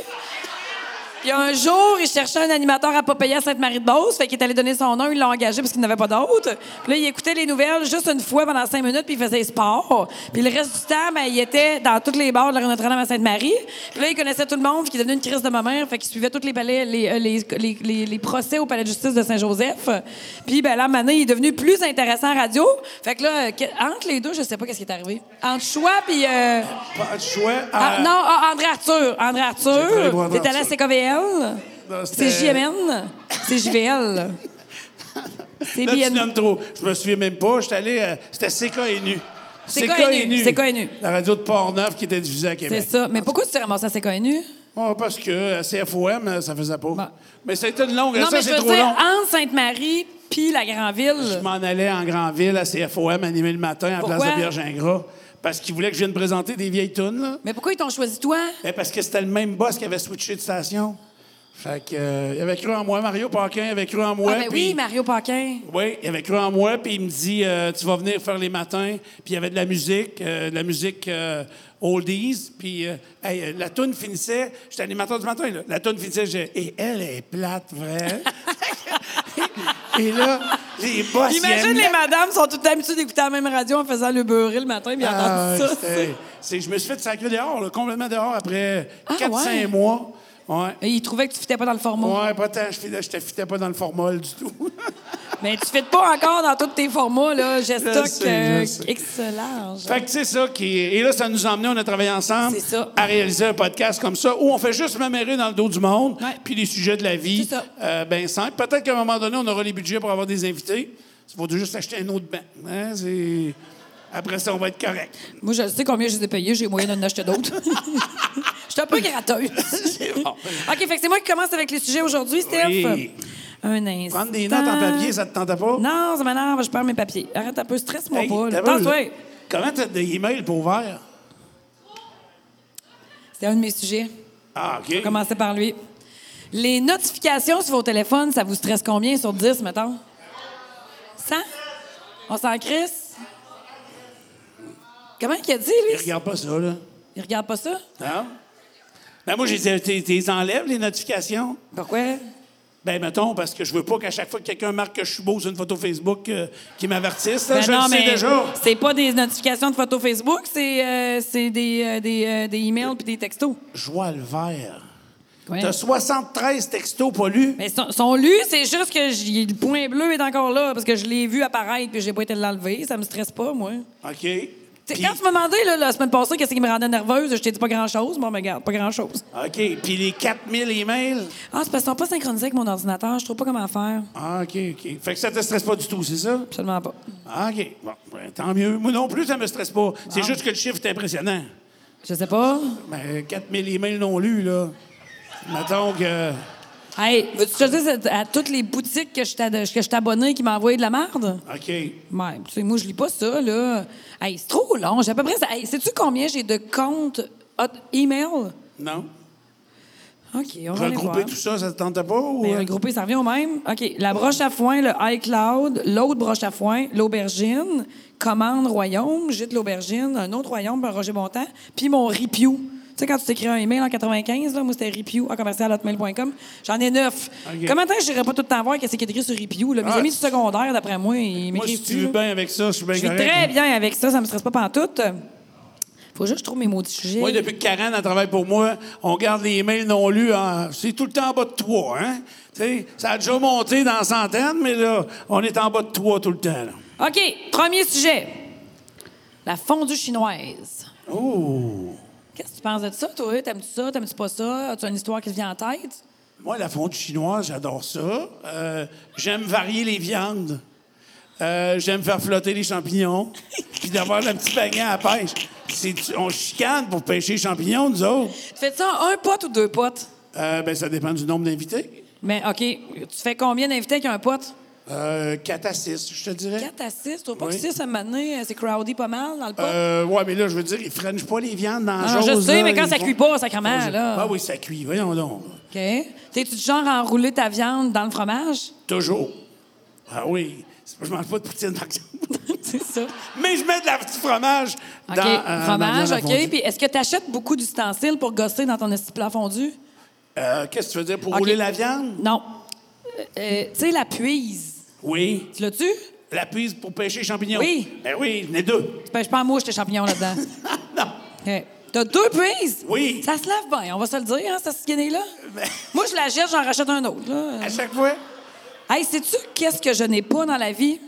[SPEAKER 4] Puis un jour, il cherchait un animateur à pas payer à Sainte-Marie-de-Beauce. Fait qu'il est allé donner son nom, il l'a engagé parce qu'il n'avait pas d'autre. Puis là, il écoutait les nouvelles juste une fois pendant cinq minutes, puis il faisait sport. Puis le reste du temps, ben, il était dans toutes les bars de la rue Notre-Dame à Sainte-Marie. Puis là, il connaissait tout le monde, puis il est devenu une crise de ma mère. Fait qu'il suivait tous les, palais, les, euh, les, les- les- les procès au palais de justice de Saint-Joseph. Puis ben, là, maintenant, il est devenu plus intéressant en radio. Fait que là, que- entre les deux, je sais pas qu'est-ce qui est arrivé. Entre choix, puis. euh,
[SPEAKER 3] Pas de choix.
[SPEAKER 4] ah,
[SPEAKER 3] Euh,
[SPEAKER 4] non, ah, André Arthur. André
[SPEAKER 3] travaillé pour
[SPEAKER 4] Arthur.
[SPEAKER 3] André
[SPEAKER 4] T'es allé à
[SPEAKER 3] Arthur.
[SPEAKER 4] CKVL.
[SPEAKER 3] Non,
[SPEAKER 4] C'est
[SPEAKER 3] c'était-
[SPEAKER 4] JMN. C'est JVL.
[SPEAKER 3] <laughs>
[SPEAKER 4] C'est
[SPEAKER 3] Là, tu
[SPEAKER 4] BN.
[SPEAKER 3] nommes trop. Je me souviens même pas. J'étais allé. euh, C'était CK et nu.
[SPEAKER 4] CK et nu,
[SPEAKER 3] C'est
[SPEAKER 4] CK et nu.
[SPEAKER 3] La radio de Port-Neuf qui était diffusée à
[SPEAKER 4] C'est
[SPEAKER 3] Québec.
[SPEAKER 4] ça. Mais pourquoi tu t'es ramassé à CKNU?
[SPEAKER 3] Oh, parce que euh, CFOM, euh, ça faisait pas.
[SPEAKER 4] Bah.
[SPEAKER 3] Mais ça a été une longue.
[SPEAKER 4] Non,
[SPEAKER 3] ça,
[SPEAKER 4] mais je
[SPEAKER 3] c'est
[SPEAKER 4] veux
[SPEAKER 3] trop
[SPEAKER 4] dire,
[SPEAKER 3] long.
[SPEAKER 4] entre Sainte-Marie puis la
[SPEAKER 3] Je
[SPEAKER 4] Grandville.
[SPEAKER 3] m'en allais en Grandville à CFOM animer le matin à la place de
[SPEAKER 4] Pourquoi?
[SPEAKER 3] Pierre Gingras parce qu'ils voulaient que je vienne présenter des vieilles tunes. Là.
[SPEAKER 4] Mais pourquoi ils t'ont choisi toi? Ah,
[SPEAKER 3] Ben, parce que c'était le même boss qui avait switché de station. Fait que, euh, il avait cru en moi. Mario Paquin avait cru en moi.
[SPEAKER 4] ah, ben
[SPEAKER 3] puis-
[SPEAKER 4] oui, Mario Paquin.
[SPEAKER 3] Oui, il avait cru en moi, puis il me dit euh, Tu vas venir faire les matins. Puis il y avait de la musique, euh, de la musique euh, oldies. Puis euh, hey, euh, la toune finissait. J'étais animateur du matin, là. La toune finissait, j'ai Et elle est plate, vrai.
[SPEAKER 4] <laughs>
[SPEAKER 3] Et là, les boss. ils
[SPEAKER 4] Imagine les
[SPEAKER 3] aimaient-
[SPEAKER 4] madames sont toutes habituées d'écouter la même radio en faisant le beurré le matin, puis
[SPEAKER 3] Ah,
[SPEAKER 4] entendre
[SPEAKER 3] ouais,
[SPEAKER 4] ça.
[SPEAKER 3] c'était- c'est- Je me suis fait sacrer dehors, là, complètement dehors, après
[SPEAKER 4] Ah,
[SPEAKER 3] 4-5
[SPEAKER 4] ouais.
[SPEAKER 3] mois. Ouais.
[SPEAKER 4] <laughs> Et ils trouvaient que tu fitais pas dans le format.
[SPEAKER 3] Ouais, pas tant, je fitais- je te fitais pas dans le formol du tout.
[SPEAKER 4] Mais tu fites pas encore dans tous tes formats, là.
[SPEAKER 3] Je
[SPEAKER 4] Gestoc,
[SPEAKER 3] sais, je
[SPEAKER 4] euh,
[SPEAKER 3] sais.
[SPEAKER 4] X large.
[SPEAKER 3] <laughs> Fait que c'est ça qui. est- Et là, ça nous a emmené, on a travaillé ensemble
[SPEAKER 4] C'est ça.
[SPEAKER 3] à réaliser un podcast comme ça où on fait juste mamérer dans le dos du monde,
[SPEAKER 4] Ouais.
[SPEAKER 3] puis les sujets de la vie.
[SPEAKER 4] C'est ça.
[SPEAKER 3] euh, ben simple. Peut-être qu'à un moment donné, on aura les budgets pour avoir des invités. Il faut juste acheter un autre banc. hein, c'est- Après ça, on va être correct.
[SPEAKER 4] Moi, je sais combien je les ai payés, j'ai moyen d'en acheter d'autres. <laughs> Je suis un peu gratteuse.
[SPEAKER 3] <laughs> C'est bon.
[SPEAKER 4] OK, fait que c'est moi qui commence avec les sujets aujourd'hui, Steph.
[SPEAKER 3] Oui.
[SPEAKER 4] Un instant.
[SPEAKER 3] Prendre des notes en papier, ça te tentait pas?
[SPEAKER 4] Non, ça m'énerve, je perds mes papiers. Arrête un peu, stresse-moi
[SPEAKER 3] Hey,
[SPEAKER 4] pas. là.
[SPEAKER 3] t'as vu, là?
[SPEAKER 4] Attends, ouais.
[SPEAKER 3] Comment t'as des emails pour ouvert?
[SPEAKER 4] C'est un de mes sujets.
[SPEAKER 3] Ah, OK.
[SPEAKER 4] On va commencer par lui. Les notifications sur vos téléphones, ça vous stresse combien sur 10, mettons? 100? On s'en crisse? Comment qu'il a dit,
[SPEAKER 3] Ils
[SPEAKER 4] lui?
[SPEAKER 3] regardent pas ça, là.
[SPEAKER 4] Il regarde pas ça?
[SPEAKER 3] Non? Ben, moi, j'ai dit, t'es- t'es enlèves, les notifications?
[SPEAKER 4] Pourquoi?
[SPEAKER 3] Ben, mettons, parce que je veux pas qu'à chaque fois que quelqu'un marque que je suis beau sur une photo Facebook, euh, qu'il m'avertisse, là.
[SPEAKER 4] Ben
[SPEAKER 3] je le
[SPEAKER 4] non,
[SPEAKER 3] sais
[SPEAKER 4] mais
[SPEAKER 3] déjà.
[SPEAKER 4] C'est pas des notifications de photos Facebook, c'est euh, c'est des, euh, des, euh, des emails puis des textos.
[SPEAKER 3] Joie le vert.
[SPEAKER 4] Ouais.
[SPEAKER 3] T'as 73 textos pas lus.
[SPEAKER 4] Mais sont, sont lus, c'est juste que j'y- le point bleu est encore là parce que je l'ai vu apparaître puis j'ai pas été l'enlever. Ça me stresse pas, moi.
[SPEAKER 3] OK.
[SPEAKER 4] Tu sais,
[SPEAKER 3] Puis-
[SPEAKER 4] Quand tu m'as demandé là, la semaine passée qu'est-ce qui me rendait nerveuse, je t'ai dit pas grand-chose. Bon, mais regarde, pas grand-chose.
[SPEAKER 3] OK. Puis les 4000 emails.
[SPEAKER 4] Ah, c'est parce qu'ils sont pas synchronisés avec mon ordinateur. Je trouve pas comment faire.
[SPEAKER 3] Ah, OK, OK. Fait que ça te stresse pas du tout, c'est ça?
[SPEAKER 4] Absolument pas.
[SPEAKER 3] Ah, OK. Bon, ben, tant mieux. Moi non plus, ça me stresse pas. C'est
[SPEAKER 4] Ah.
[SPEAKER 3] juste que le chiffre est impressionnant.
[SPEAKER 4] Je sais pas.
[SPEAKER 3] Ben, 4000 emails non lus, là. Mettons que.
[SPEAKER 4] Hey, veux-tu que je te dise à, à toutes les boutiques que je t'ad- que je suis abonné qui m'ont envoyé de la merde?
[SPEAKER 3] OK.
[SPEAKER 4] Ouais, tu sais, moi, je lis pas ça, là. Hey, c'est trop long. J'ai à peu près. ça- Hey, sais-tu combien j'ai de comptes hot- email?
[SPEAKER 3] Non.
[SPEAKER 4] OK, on va aller voir.
[SPEAKER 3] Regrouper tout ça, ça te tentait pas? Ou...
[SPEAKER 4] Mais
[SPEAKER 3] euh,
[SPEAKER 4] hein. Ben, regrouper, ça revient au même. OK, la broche à foin, le iCloud, l'autre broche à foin, l'aubergine, commande royaume, j'ai de l'aubergine, un autre royaume, un Roger Bontemps, puis mon Ripiou. Tu sais, quand tu t'écris un email en 95, là, moi, c'était Ripiou, à commercial.hotmail.com. J'en ai neuf.
[SPEAKER 3] OK.
[SPEAKER 4] Comment tant que j'irais pas tout le temps voir qu'est-ce qui est écrit sur Ripiou? Là? Mes
[SPEAKER 3] Ah,
[SPEAKER 4] amis du
[SPEAKER 3] tu-
[SPEAKER 4] secondaire, d'après moi, ils
[SPEAKER 3] Moi,
[SPEAKER 4] m'écrivent
[SPEAKER 3] si tu
[SPEAKER 4] plus,
[SPEAKER 3] veux
[SPEAKER 4] là.
[SPEAKER 3] bien avec ça, je suis bien
[SPEAKER 4] Je vis
[SPEAKER 3] correct.
[SPEAKER 4] très bien avec ça, ça me stresse pas pantoute. Faut juste que je trouve mes maudits sujets.
[SPEAKER 3] Moi, depuis que Karen elle travaille pour moi, on garde les emails non lus. en- C'est tout le temps en bas de trois, hein? Tu sais, ça a déjà monté dans centaines, mais là, on est en bas de trois tout le temps. là.
[SPEAKER 4] OK, premier sujet. La fondue chinoise.
[SPEAKER 3] Oh!
[SPEAKER 4] Qu'est-ce que tu penses de ça, toi? T'aimes-tu ça? T'aimes-tu pas ça? As-tu une histoire qui te vient en tête?
[SPEAKER 3] Moi, la fondue chinoise, j'adore ça. Euh, j'aime varier les viandes. Euh, j'aime faire flotter les champignons.
[SPEAKER 4] <laughs>
[SPEAKER 3] Puis d'avoir le petit panier à la pêche. C'est du- on chicane pour pêcher les champignons, nous autres.
[SPEAKER 4] Tu fais ça un pote ou deux potes?
[SPEAKER 3] Euh, ben, ça dépend du nombre d'invités.
[SPEAKER 4] Mais OK, tu fais combien d'invités avec un pote?
[SPEAKER 3] Euh, 4 à 6, je te dirais.
[SPEAKER 4] 4 à 6. Toi, pas
[SPEAKER 3] Oui.
[SPEAKER 4] que 6 à un moment donné, euh, c'est crowded pas mal dans le pot. Ah,
[SPEAKER 3] Euh, ouais, mais là, je veux dire, ils freinent pas les viandes dans la
[SPEAKER 4] Non, je
[SPEAKER 3] chose,
[SPEAKER 4] sais,
[SPEAKER 3] là,
[SPEAKER 4] mais quand
[SPEAKER 3] ils
[SPEAKER 4] ça
[SPEAKER 3] font-
[SPEAKER 4] cuit pas, sacrément,
[SPEAKER 3] font-
[SPEAKER 4] là.
[SPEAKER 3] Ah oui, ça cuit, voyons donc.
[SPEAKER 4] OK. T'es-tu du genre à enrouler ta viande dans le fromage? <laughs>
[SPEAKER 3] Toujours. Ah oui. C'est- Je mange pas de poutine, <laughs> par exemple.
[SPEAKER 4] c'est ça.
[SPEAKER 3] Mais je mets de la petite fromage
[SPEAKER 4] OK,
[SPEAKER 3] dans... euh, dans la
[SPEAKER 4] fromage,
[SPEAKER 3] viande à fondue.
[SPEAKER 4] OK. Puis est-ce que tu achètes beaucoup d'ustensiles pour gosser dans ton esti de plat fondu?
[SPEAKER 3] Euh, Qu'est-ce que tu veux dire, pour
[SPEAKER 4] OK.
[SPEAKER 3] rouler la viande?
[SPEAKER 4] Non. Euh, euh, tu sais, la puise.
[SPEAKER 3] Oui.
[SPEAKER 4] Tu l'as-tu?
[SPEAKER 3] La prise pour pêcher les champignons?
[SPEAKER 4] Oui.
[SPEAKER 3] Ben oui, les deux. <laughs>
[SPEAKER 4] Tu pêches pas en mouche tes champignons là-dedans.
[SPEAKER 3] non.
[SPEAKER 4] OK. T'as deux puises?
[SPEAKER 3] Oui.
[SPEAKER 4] Ça se lave bien, on va se le dire, hein, cette skinny-là.
[SPEAKER 3] Ben-
[SPEAKER 4] Moi, je la jette, j'en rachète un autre. Là.
[SPEAKER 3] À chaque fois?
[SPEAKER 4] Hey, sais-tu qu'est-ce que je n'ai pas dans la vie?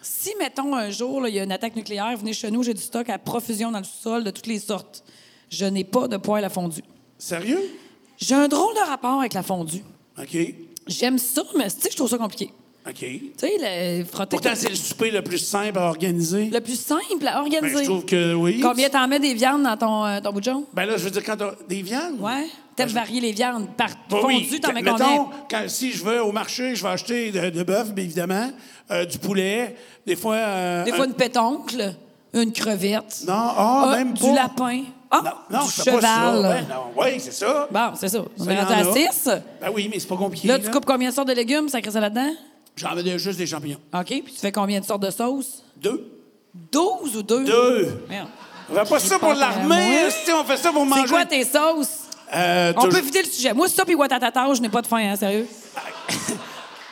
[SPEAKER 4] Si, mettons, un jour, là, il y a une attaque nucléaire, venez chez nous, j'ai du stock à profusion dans le sol de toutes les sortes. Je n'ai pas de poêle à fondue.
[SPEAKER 3] Sérieux?
[SPEAKER 4] J'ai un drôle de rapport avec la fondue.
[SPEAKER 3] OK.
[SPEAKER 4] J'aime ça, mais tu sais, je trouve ça compliqué.
[SPEAKER 3] OK.
[SPEAKER 4] Tu sais, le frotter.
[SPEAKER 3] Pourtant, c'est le souper le plus simple à organiser.
[SPEAKER 4] Le plus simple à
[SPEAKER 3] Ben,
[SPEAKER 4] organiser.
[SPEAKER 3] je trouve que oui.
[SPEAKER 4] Combien t'en mets des viandes dans ton, euh, ton bout de jaune?
[SPEAKER 3] Ben là, je veux dire, quand t'as des viandes...
[SPEAKER 4] Ouais. T'aimes varier les viandes par
[SPEAKER 3] Ben
[SPEAKER 4] fondue,
[SPEAKER 3] oui.
[SPEAKER 4] t'en mets
[SPEAKER 3] Mettons, euh,
[SPEAKER 4] combien?
[SPEAKER 3] quand, si je vais au marché, je vais acheter de, de bœuf, bien évidemment, euh, du poulet, des fois... euh,
[SPEAKER 4] Des
[SPEAKER 3] un-
[SPEAKER 4] fois, une pétoncle, une crevette.
[SPEAKER 3] Non, ah, même
[SPEAKER 4] du
[SPEAKER 3] pas.
[SPEAKER 4] lapin. Ah,
[SPEAKER 3] non, non,
[SPEAKER 4] du
[SPEAKER 3] je fais pas ça.
[SPEAKER 4] cheval.
[SPEAKER 3] Ben non, oui, c'est ça.
[SPEAKER 4] Bon, c'est ça. On
[SPEAKER 3] Ça,
[SPEAKER 4] est
[SPEAKER 3] il y
[SPEAKER 4] rendu
[SPEAKER 3] en
[SPEAKER 4] à
[SPEAKER 3] a.
[SPEAKER 4] 6.
[SPEAKER 3] Ben oui, mais c'est pas compliqué.
[SPEAKER 4] Là, tu coupes combien de sortes de légumes, ça crée ça là-dedans?
[SPEAKER 3] J'en mets de- juste des champignons.
[SPEAKER 4] OK. Puis tu fais combien de sortes de sauces?
[SPEAKER 3] Deux.
[SPEAKER 4] 12 ou 2?
[SPEAKER 3] Deux.
[SPEAKER 4] Merde.
[SPEAKER 3] On fait pas ça
[SPEAKER 4] pas
[SPEAKER 3] pour
[SPEAKER 4] vraiment.
[SPEAKER 3] l'armée, hein, si on fait ça pour manger.
[SPEAKER 4] C'est quoi tes sauces?
[SPEAKER 3] Euh,
[SPEAKER 4] On
[SPEAKER 3] t'as-
[SPEAKER 4] peut vider le sujet. Moi, ça, puis Watatata, je n'ai pas de faim, hein, sérieux.
[SPEAKER 3] <laughs>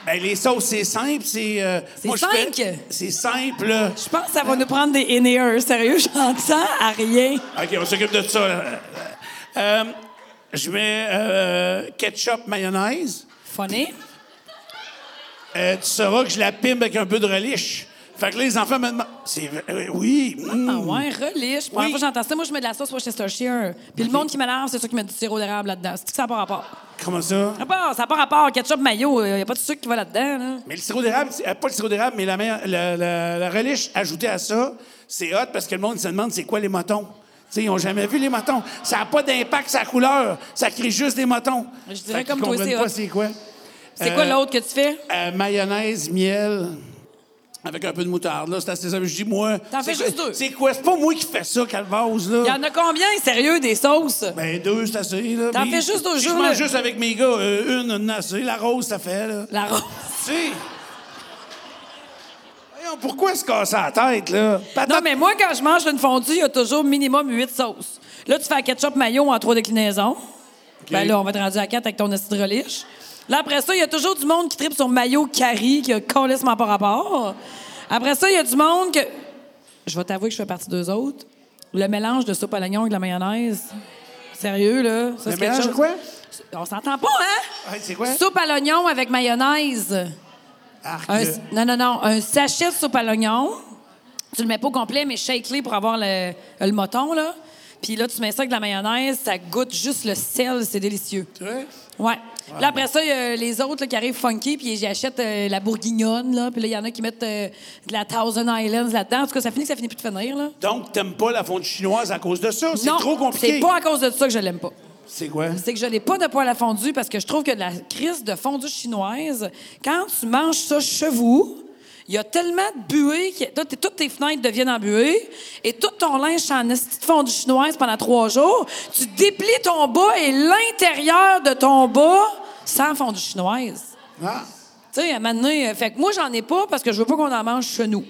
[SPEAKER 3] Ben, les sauces, c'est simple, c'est... euh,
[SPEAKER 4] C'est
[SPEAKER 3] moi, je
[SPEAKER 4] cinq?
[SPEAKER 3] fais- C'est simple. là.
[SPEAKER 4] Je pense que ça va nous prendre des N&R. Sérieux, j'entends à rien.
[SPEAKER 3] OK, on s'occupe de ça. là. Euh, je mets euh, ketchup, mayonnaise.
[SPEAKER 4] Funny.
[SPEAKER 3] Euh, tu sauras que je la pime avec un peu de relish. Fait que là, les enfants me demandent... C'est vrai, euh, oui. mm.
[SPEAKER 4] Ah ouais, relish. Pour la
[SPEAKER 3] Oui.
[SPEAKER 4] fois que j'entends ça, moi, je mets de la sauce Worcestershire. Puis le monde qui m'énerve, c'est ceux qui mettent du sirop d'érable là-dedans. C'est que ça n'a pas rapport.
[SPEAKER 3] Comment ça?
[SPEAKER 4] Ça n'a pas- Ça n'a pas rapport. Ketchup, mayo, il n'y a pas de sucre qui va là-dedans. là.
[SPEAKER 3] Mais le sirop d'érable, c'est- euh, pas le sirop d'érable, mais la, meilleure- la, la- la relish ajoutée à ça, c'est hot parce que le monde se demande c'est quoi les motons. Tu sais, ils n'ont jamais vu les motons. Ça n'a pas d'impact sa couleur. Ça crée juste des motons.
[SPEAKER 4] Je dirais
[SPEAKER 3] Fait qu'ils
[SPEAKER 4] comme toi,
[SPEAKER 3] comprennent
[SPEAKER 4] c'est
[SPEAKER 3] pas
[SPEAKER 4] hot.
[SPEAKER 3] c'est quoi.
[SPEAKER 4] C'est quoi
[SPEAKER 3] Euh,
[SPEAKER 4] l'autre que tu fais?
[SPEAKER 3] Euh, mayonnaise, miel, avec un peu de moutarde. Là, c'est assez simple. Je dis, moi.
[SPEAKER 4] T'en
[SPEAKER 3] c'est
[SPEAKER 4] fais
[SPEAKER 3] quoi-
[SPEAKER 4] juste deux.
[SPEAKER 3] C'est quoi? C'est pas moi qui fais ça, Calvase, là.
[SPEAKER 4] Il y en a combien, sérieux, des sauces?
[SPEAKER 3] Ben, deux, c'est assez, là.
[SPEAKER 4] T'en
[SPEAKER 3] Puis-
[SPEAKER 4] fais juste deux,
[SPEAKER 3] puis Je
[SPEAKER 4] jure-le.
[SPEAKER 3] mange juste avec mes gars. euh, une, une assez. La rose, ça fait, là.
[SPEAKER 4] La rose.
[SPEAKER 3] Tu sais. Voyons, pourquoi se casser la tête, là?
[SPEAKER 4] Non,
[SPEAKER 3] Patate-
[SPEAKER 4] Ah, mais moi, quand je mange une fondue, il y a toujours minimum huit sauces. Là, tu fais un ketchup mayo en trois déclinaisons. Ben là, on va te rendre à quatre avec ton acide relish. Là, après ça, il y a toujours du monde qui tripe sur mayo curry, qui a complètement pas rapport. Après ça, il y a du monde que... Je vais t'avouer que je fais partie d'eux autres. Le mélange de soupe à l'oignon et de la mayonnaise. Sérieux, là? Ça,
[SPEAKER 3] Le
[SPEAKER 4] c'est quelque
[SPEAKER 3] mélange de
[SPEAKER 4] chose-
[SPEAKER 3] quoi?
[SPEAKER 4] On s'entend pas, hein?
[SPEAKER 3] Ouais, c'est quoi?
[SPEAKER 4] Soupe à l'oignon avec mayonnaise.
[SPEAKER 3] Arc,
[SPEAKER 4] Un-
[SPEAKER 3] là.
[SPEAKER 4] non, non, non. Un sachet de soupe à l'oignon. Tu le mets pas au complet, mais shake-le pour avoir le, le moton, là. Puis là, tu mets ça avec de la mayonnaise, ça goûte juste le sel, c'est délicieux.
[SPEAKER 3] Tu vois?
[SPEAKER 4] Ouais. Là, après ça, il y a les autres là, qui arrivent funky, puis j'achète euh, la bourguignonne, là. Puis là, il y en a qui mettent euh, de la Thousand Islands là-dedans. En tout cas, ça finit que ça finit plus de finir, là.
[SPEAKER 3] Donc, t'aimes pas la fondue chinoise à cause de ça? C'est
[SPEAKER 4] Non,
[SPEAKER 3] trop compliqué.
[SPEAKER 4] C'est pas à cause de ça que je l'aime pas.
[SPEAKER 3] C'est quoi?
[SPEAKER 4] C'est que je n'ai pas de poêle à fondue parce que je trouve que de la crise de fondue chinoise, quand tu manges ça chez vous, il y a tellement de buée que là, t'es- toutes tes fenêtres deviennent en buée et tout ton linge est en esti de fondue chinoise pendant trois jours. Tu déplies ton bas et l'intérieur de ton bas sans fondue chinoise.
[SPEAKER 3] Ah.
[SPEAKER 4] Tu sais, à un moment donné, euh, fait que moi, j'en ai pas parce que je veux pas qu'on en mange chez nous.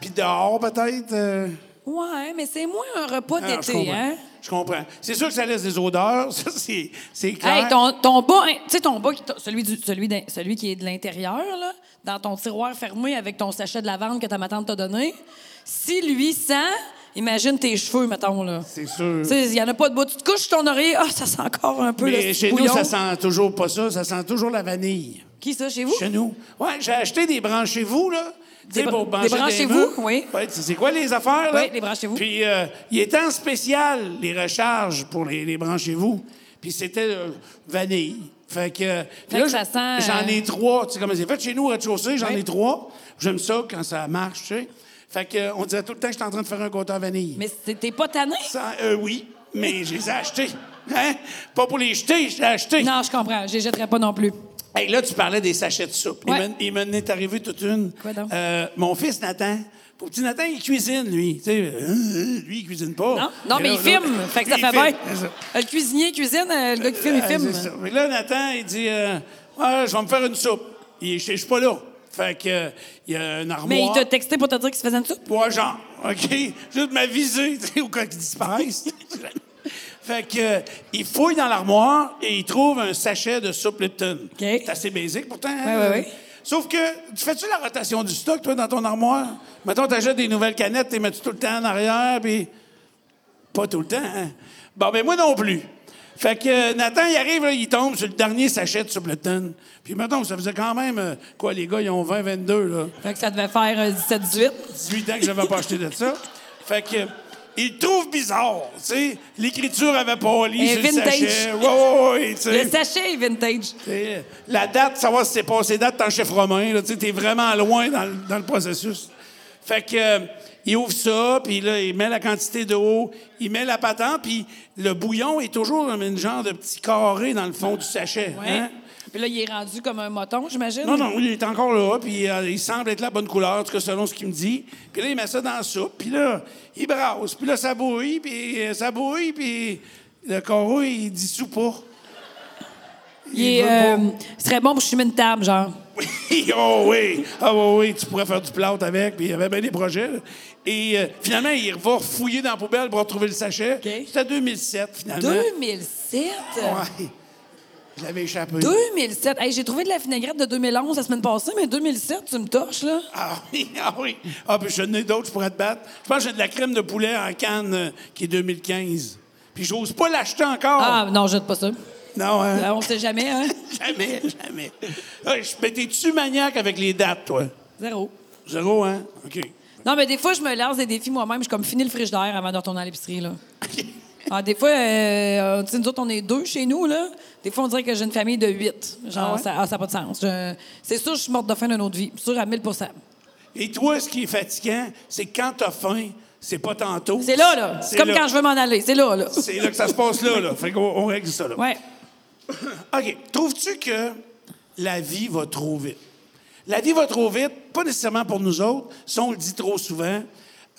[SPEAKER 3] Puis dehors, peut-être? euh,
[SPEAKER 4] Ouais, mais c'est moins un repas
[SPEAKER 3] Ah, je
[SPEAKER 4] d'été,
[SPEAKER 3] comprends.
[SPEAKER 4] hein?
[SPEAKER 3] Je comprends. C'est sûr que ça laisse des odeurs, <laughs> ça, c'est, c'est clair.
[SPEAKER 4] Hey, ton, ton bas, hein, tu sais, ton bas, qui t- celui, du, celui, d'in- celui qui est de l'intérieur, là, dans ton tiroir fermé avec ton sachet de lavande que ta ma tante t'a donné, si lui sent, imagine tes cheveux, mettons, là.
[SPEAKER 3] C'est sûr.
[SPEAKER 4] Tu sais, il n'y en a pas de bout. Tu te couches sur ton oreiller, ah, ça sent encore un peu, le
[SPEAKER 3] Mais
[SPEAKER 4] petit
[SPEAKER 3] chez nous,
[SPEAKER 4] bouillon.
[SPEAKER 3] ça sent toujours pas ça, ça sent toujours la vanille.
[SPEAKER 4] Qui, ça, chez vous?
[SPEAKER 3] Chez nous. Ouais, j'ai acheté des branches chez vous, là. Tu sais,
[SPEAKER 4] br-
[SPEAKER 3] pour
[SPEAKER 4] des
[SPEAKER 3] brancher
[SPEAKER 4] branches chez
[SPEAKER 3] murs.
[SPEAKER 4] vous, oui.
[SPEAKER 3] Ouais, tu sais quoi les affaires, là?
[SPEAKER 4] Oui, les branches chez vous.
[SPEAKER 3] Puis, euh, il était en spécial, les recharges pour les, les branches chez vous. Puis, c'était euh, vanille. Fait que, euh, puis
[SPEAKER 4] que ça sent, euh,
[SPEAKER 3] J'en ai trois. Tu sais comment c'est fait? Chez nous, au rez-de-chaussée, j'en
[SPEAKER 4] Oui.
[SPEAKER 3] ai trois. J'aime ça quand ça marche, tu sais. Fait que, euh, on dirait tout le temps que je suis en train de faire un compteur vanille.
[SPEAKER 4] Mais c'est- t'es pas tanné?
[SPEAKER 3] Ça, euh, oui, mais je les ai achetés. Hein? Pas pour les jeter, je les ai achetés.
[SPEAKER 4] Non, je comprends. Je les jetterai pas non plus.
[SPEAKER 3] Hey, là, tu parlais des sachets de soupe.
[SPEAKER 4] Ouais.
[SPEAKER 3] Il m'en- Il m'en est arrivé toute une.
[SPEAKER 4] Quoi donc?
[SPEAKER 3] Euh, mon fils Nathan, pour petit Nathan, il cuisine, lui. Tu sais, euh, euh, lui, il cuisine pas.
[SPEAKER 4] Non, non mais,
[SPEAKER 3] là, <laughs>
[SPEAKER 4] il filme.
[SPEAKER 3] là,
[SPEAKER 4] Fait que ça
[SPEAKER 3] il
[SPEAKER 4] fait
[SPEAKER 3] filme.
[SPEAKER 4] bien.
[SPEAKER 3] C'est ça.
[SPEAKER 4] Le cuisinier cuisine, euh, le gars qui filme, il
[SPEAKER 3] Ah,
[SPEAKER 4] filme.
[SPEAKER 3] c'est ça. Mais là, Nathan, il dit euh, Ah, Je vais me faire une soupe. Il, je, je suis pas là. Fait que, euh, il y a un armoire.
[SPEAKER 4] Mais il t'a texté pour te dire qu'il se faisait une soupe?
[SPEAKER 3] Trois genre, OK? Juste m'aviser, tu sais, au cas qu'ils
[SPEAKER 4] <laughs>
[SPEAKER 3] disparaissent. fait que, euh, il fouille dans l'armoire et il trouve un sachet de soupe Lipton. C'est assez basique pourtant. Oui,
[SPEAKER 4] Ouais, ouais, ouais.
[SPEAKER 3] Sauf que, tu fais-tu la rotation du stock, toi, dans ton armoire? Mettons, t'achètes des nouvelles canettes, t'es mets-tu tout le temps en arrière, puis... Pas tout le temps, hein? Bon, ben moi non plus. Fait que euh, Nathan, il arrive, là, il tombe sur le dernier sachet de soupe Lipton. Puis mettons, ça faisait quand même... euh, quoi, les gars, ils ont 20-22, là.
[SPEAKER 4] Fait que ça devait faire euh, 17-18.
[SPEAKER 3] 18 ans que j'avais pas acheté de ça. Fait que il le trouve bizarre, tu sais, l'écriture avait pas
[SPEAKER 4] Et
[SPEAKER 3] li sur le
[SPEAKER 4] vintage.
[SPEAKER 3] sachet. Ouais, ouais, ouais, tu sais.
[SPEAKER 4] Le sachet est vintage.
[SPEAKER 3] Et La date, savoir si c'est passé date en chef romain, là, tu sais, t'es vraiment loin dans, le- dans le processus. Fait que euh, il ouvre ça, puis là, il met la quantité d'eau, il met la patente, puis le bouillon est toujours comme une genre de petit carré dans le fond du sachet.
[SPEAKER 4] Ouais.
[SPEAKER 3] hein.
[SPEAKER 4] Puis là, il est rendu comme un moton, j'imagine.
[SPEAKER 3] Non, non, il est encore là, puis euh, il semble être la bonne couleur, en tout cas, selon ce qu'il me dit. Puis là, il met ça dans la soupe, puis là, il brasse, puis là, ça bouille, puis euh, ça bouille, puis le coraux, il dissout pas. <laughs>
[SPEAKER 4] Il, est,
[SPEAKER 3] veut
[SPEAKER 4] euh, ce serait bon pour chimer une table, genre.
[SPEAKER 3] Oui, oh oui, ah oui, oui, tu pourrais faire du plâtre avec, puis il y avait bien des projets. là. Et euh, finalement, il va fouiller dans la poubelle pour retrouver le sachet.
[SPEAKER 4] OK.
[SPEAKER 3] C'était 2007, finalement.
[SPEAKER 4] 2007?
[SPEAKER 3] Ouais. Je l'avais échappé.
[SPEAKER 4] 2007. Hey, j'ai trouvé de la vinaigrette de 2011 la semaine passée, mais 2007, tu me torches, là.
[SPEAKER 3] Ah oui, <laughs> ah oui. Ah, puis je n'ai d'autres, je pourrais te battre. Je pense que j'ai de la crème de poulet en canne euh, qui est 2015. Puis j'ose pas l'acheter encore.
[SPEAKER 4] Ah, non, jette pas ça.
[SPEAKER 3] Non, hein?
[SPEAKER 4] Euh, on sait jamais, hein?
[SPEAKER 3] <laughs> Jamais, jamais. Ah, je mais t'es-tu maniaque avec les dates, toi?
[SPEAKER 4] <laughs> Zéro.
[SPEAKER 3] Zéro, hein? OK. <laughs>
[SPEAKER 4] Non, mais des fois, je me lance des défis moi-même. Je suis comme fini le frigidaire avant de retourner à l'épicerie, là. Ah, des fois, euh, tu sais, nous autres, on est deux chez nous, là. Des fois, on dirait que j'ai une famille de huit. Genre,
[SPEAKER 3] Ah
[SPEAKER 4] ça n'a pas de sens. Je- C'est sûr, je suis morte de faim d'une autre vie. Sûr à 1000
[SPEAKER 3] Et toi, ce qui est fatigant, c'est quand t'as faim, c'est pas tantôt.
[SPEAKER 4] C'est là, là. C'est comme quand je veux m'en aller. C'est là, là.
[SPEAKER 3] C'est là que ça se passe, là, là. Fait qu'on on règle ça, là.
[SPEAKER 4] Ouais.
[SPEAKER 3] OK. Trouves-tu que la vie va trop vite. La vie va trop vite, pas nécessairement pour nous autres, ça on le dit trop souvent.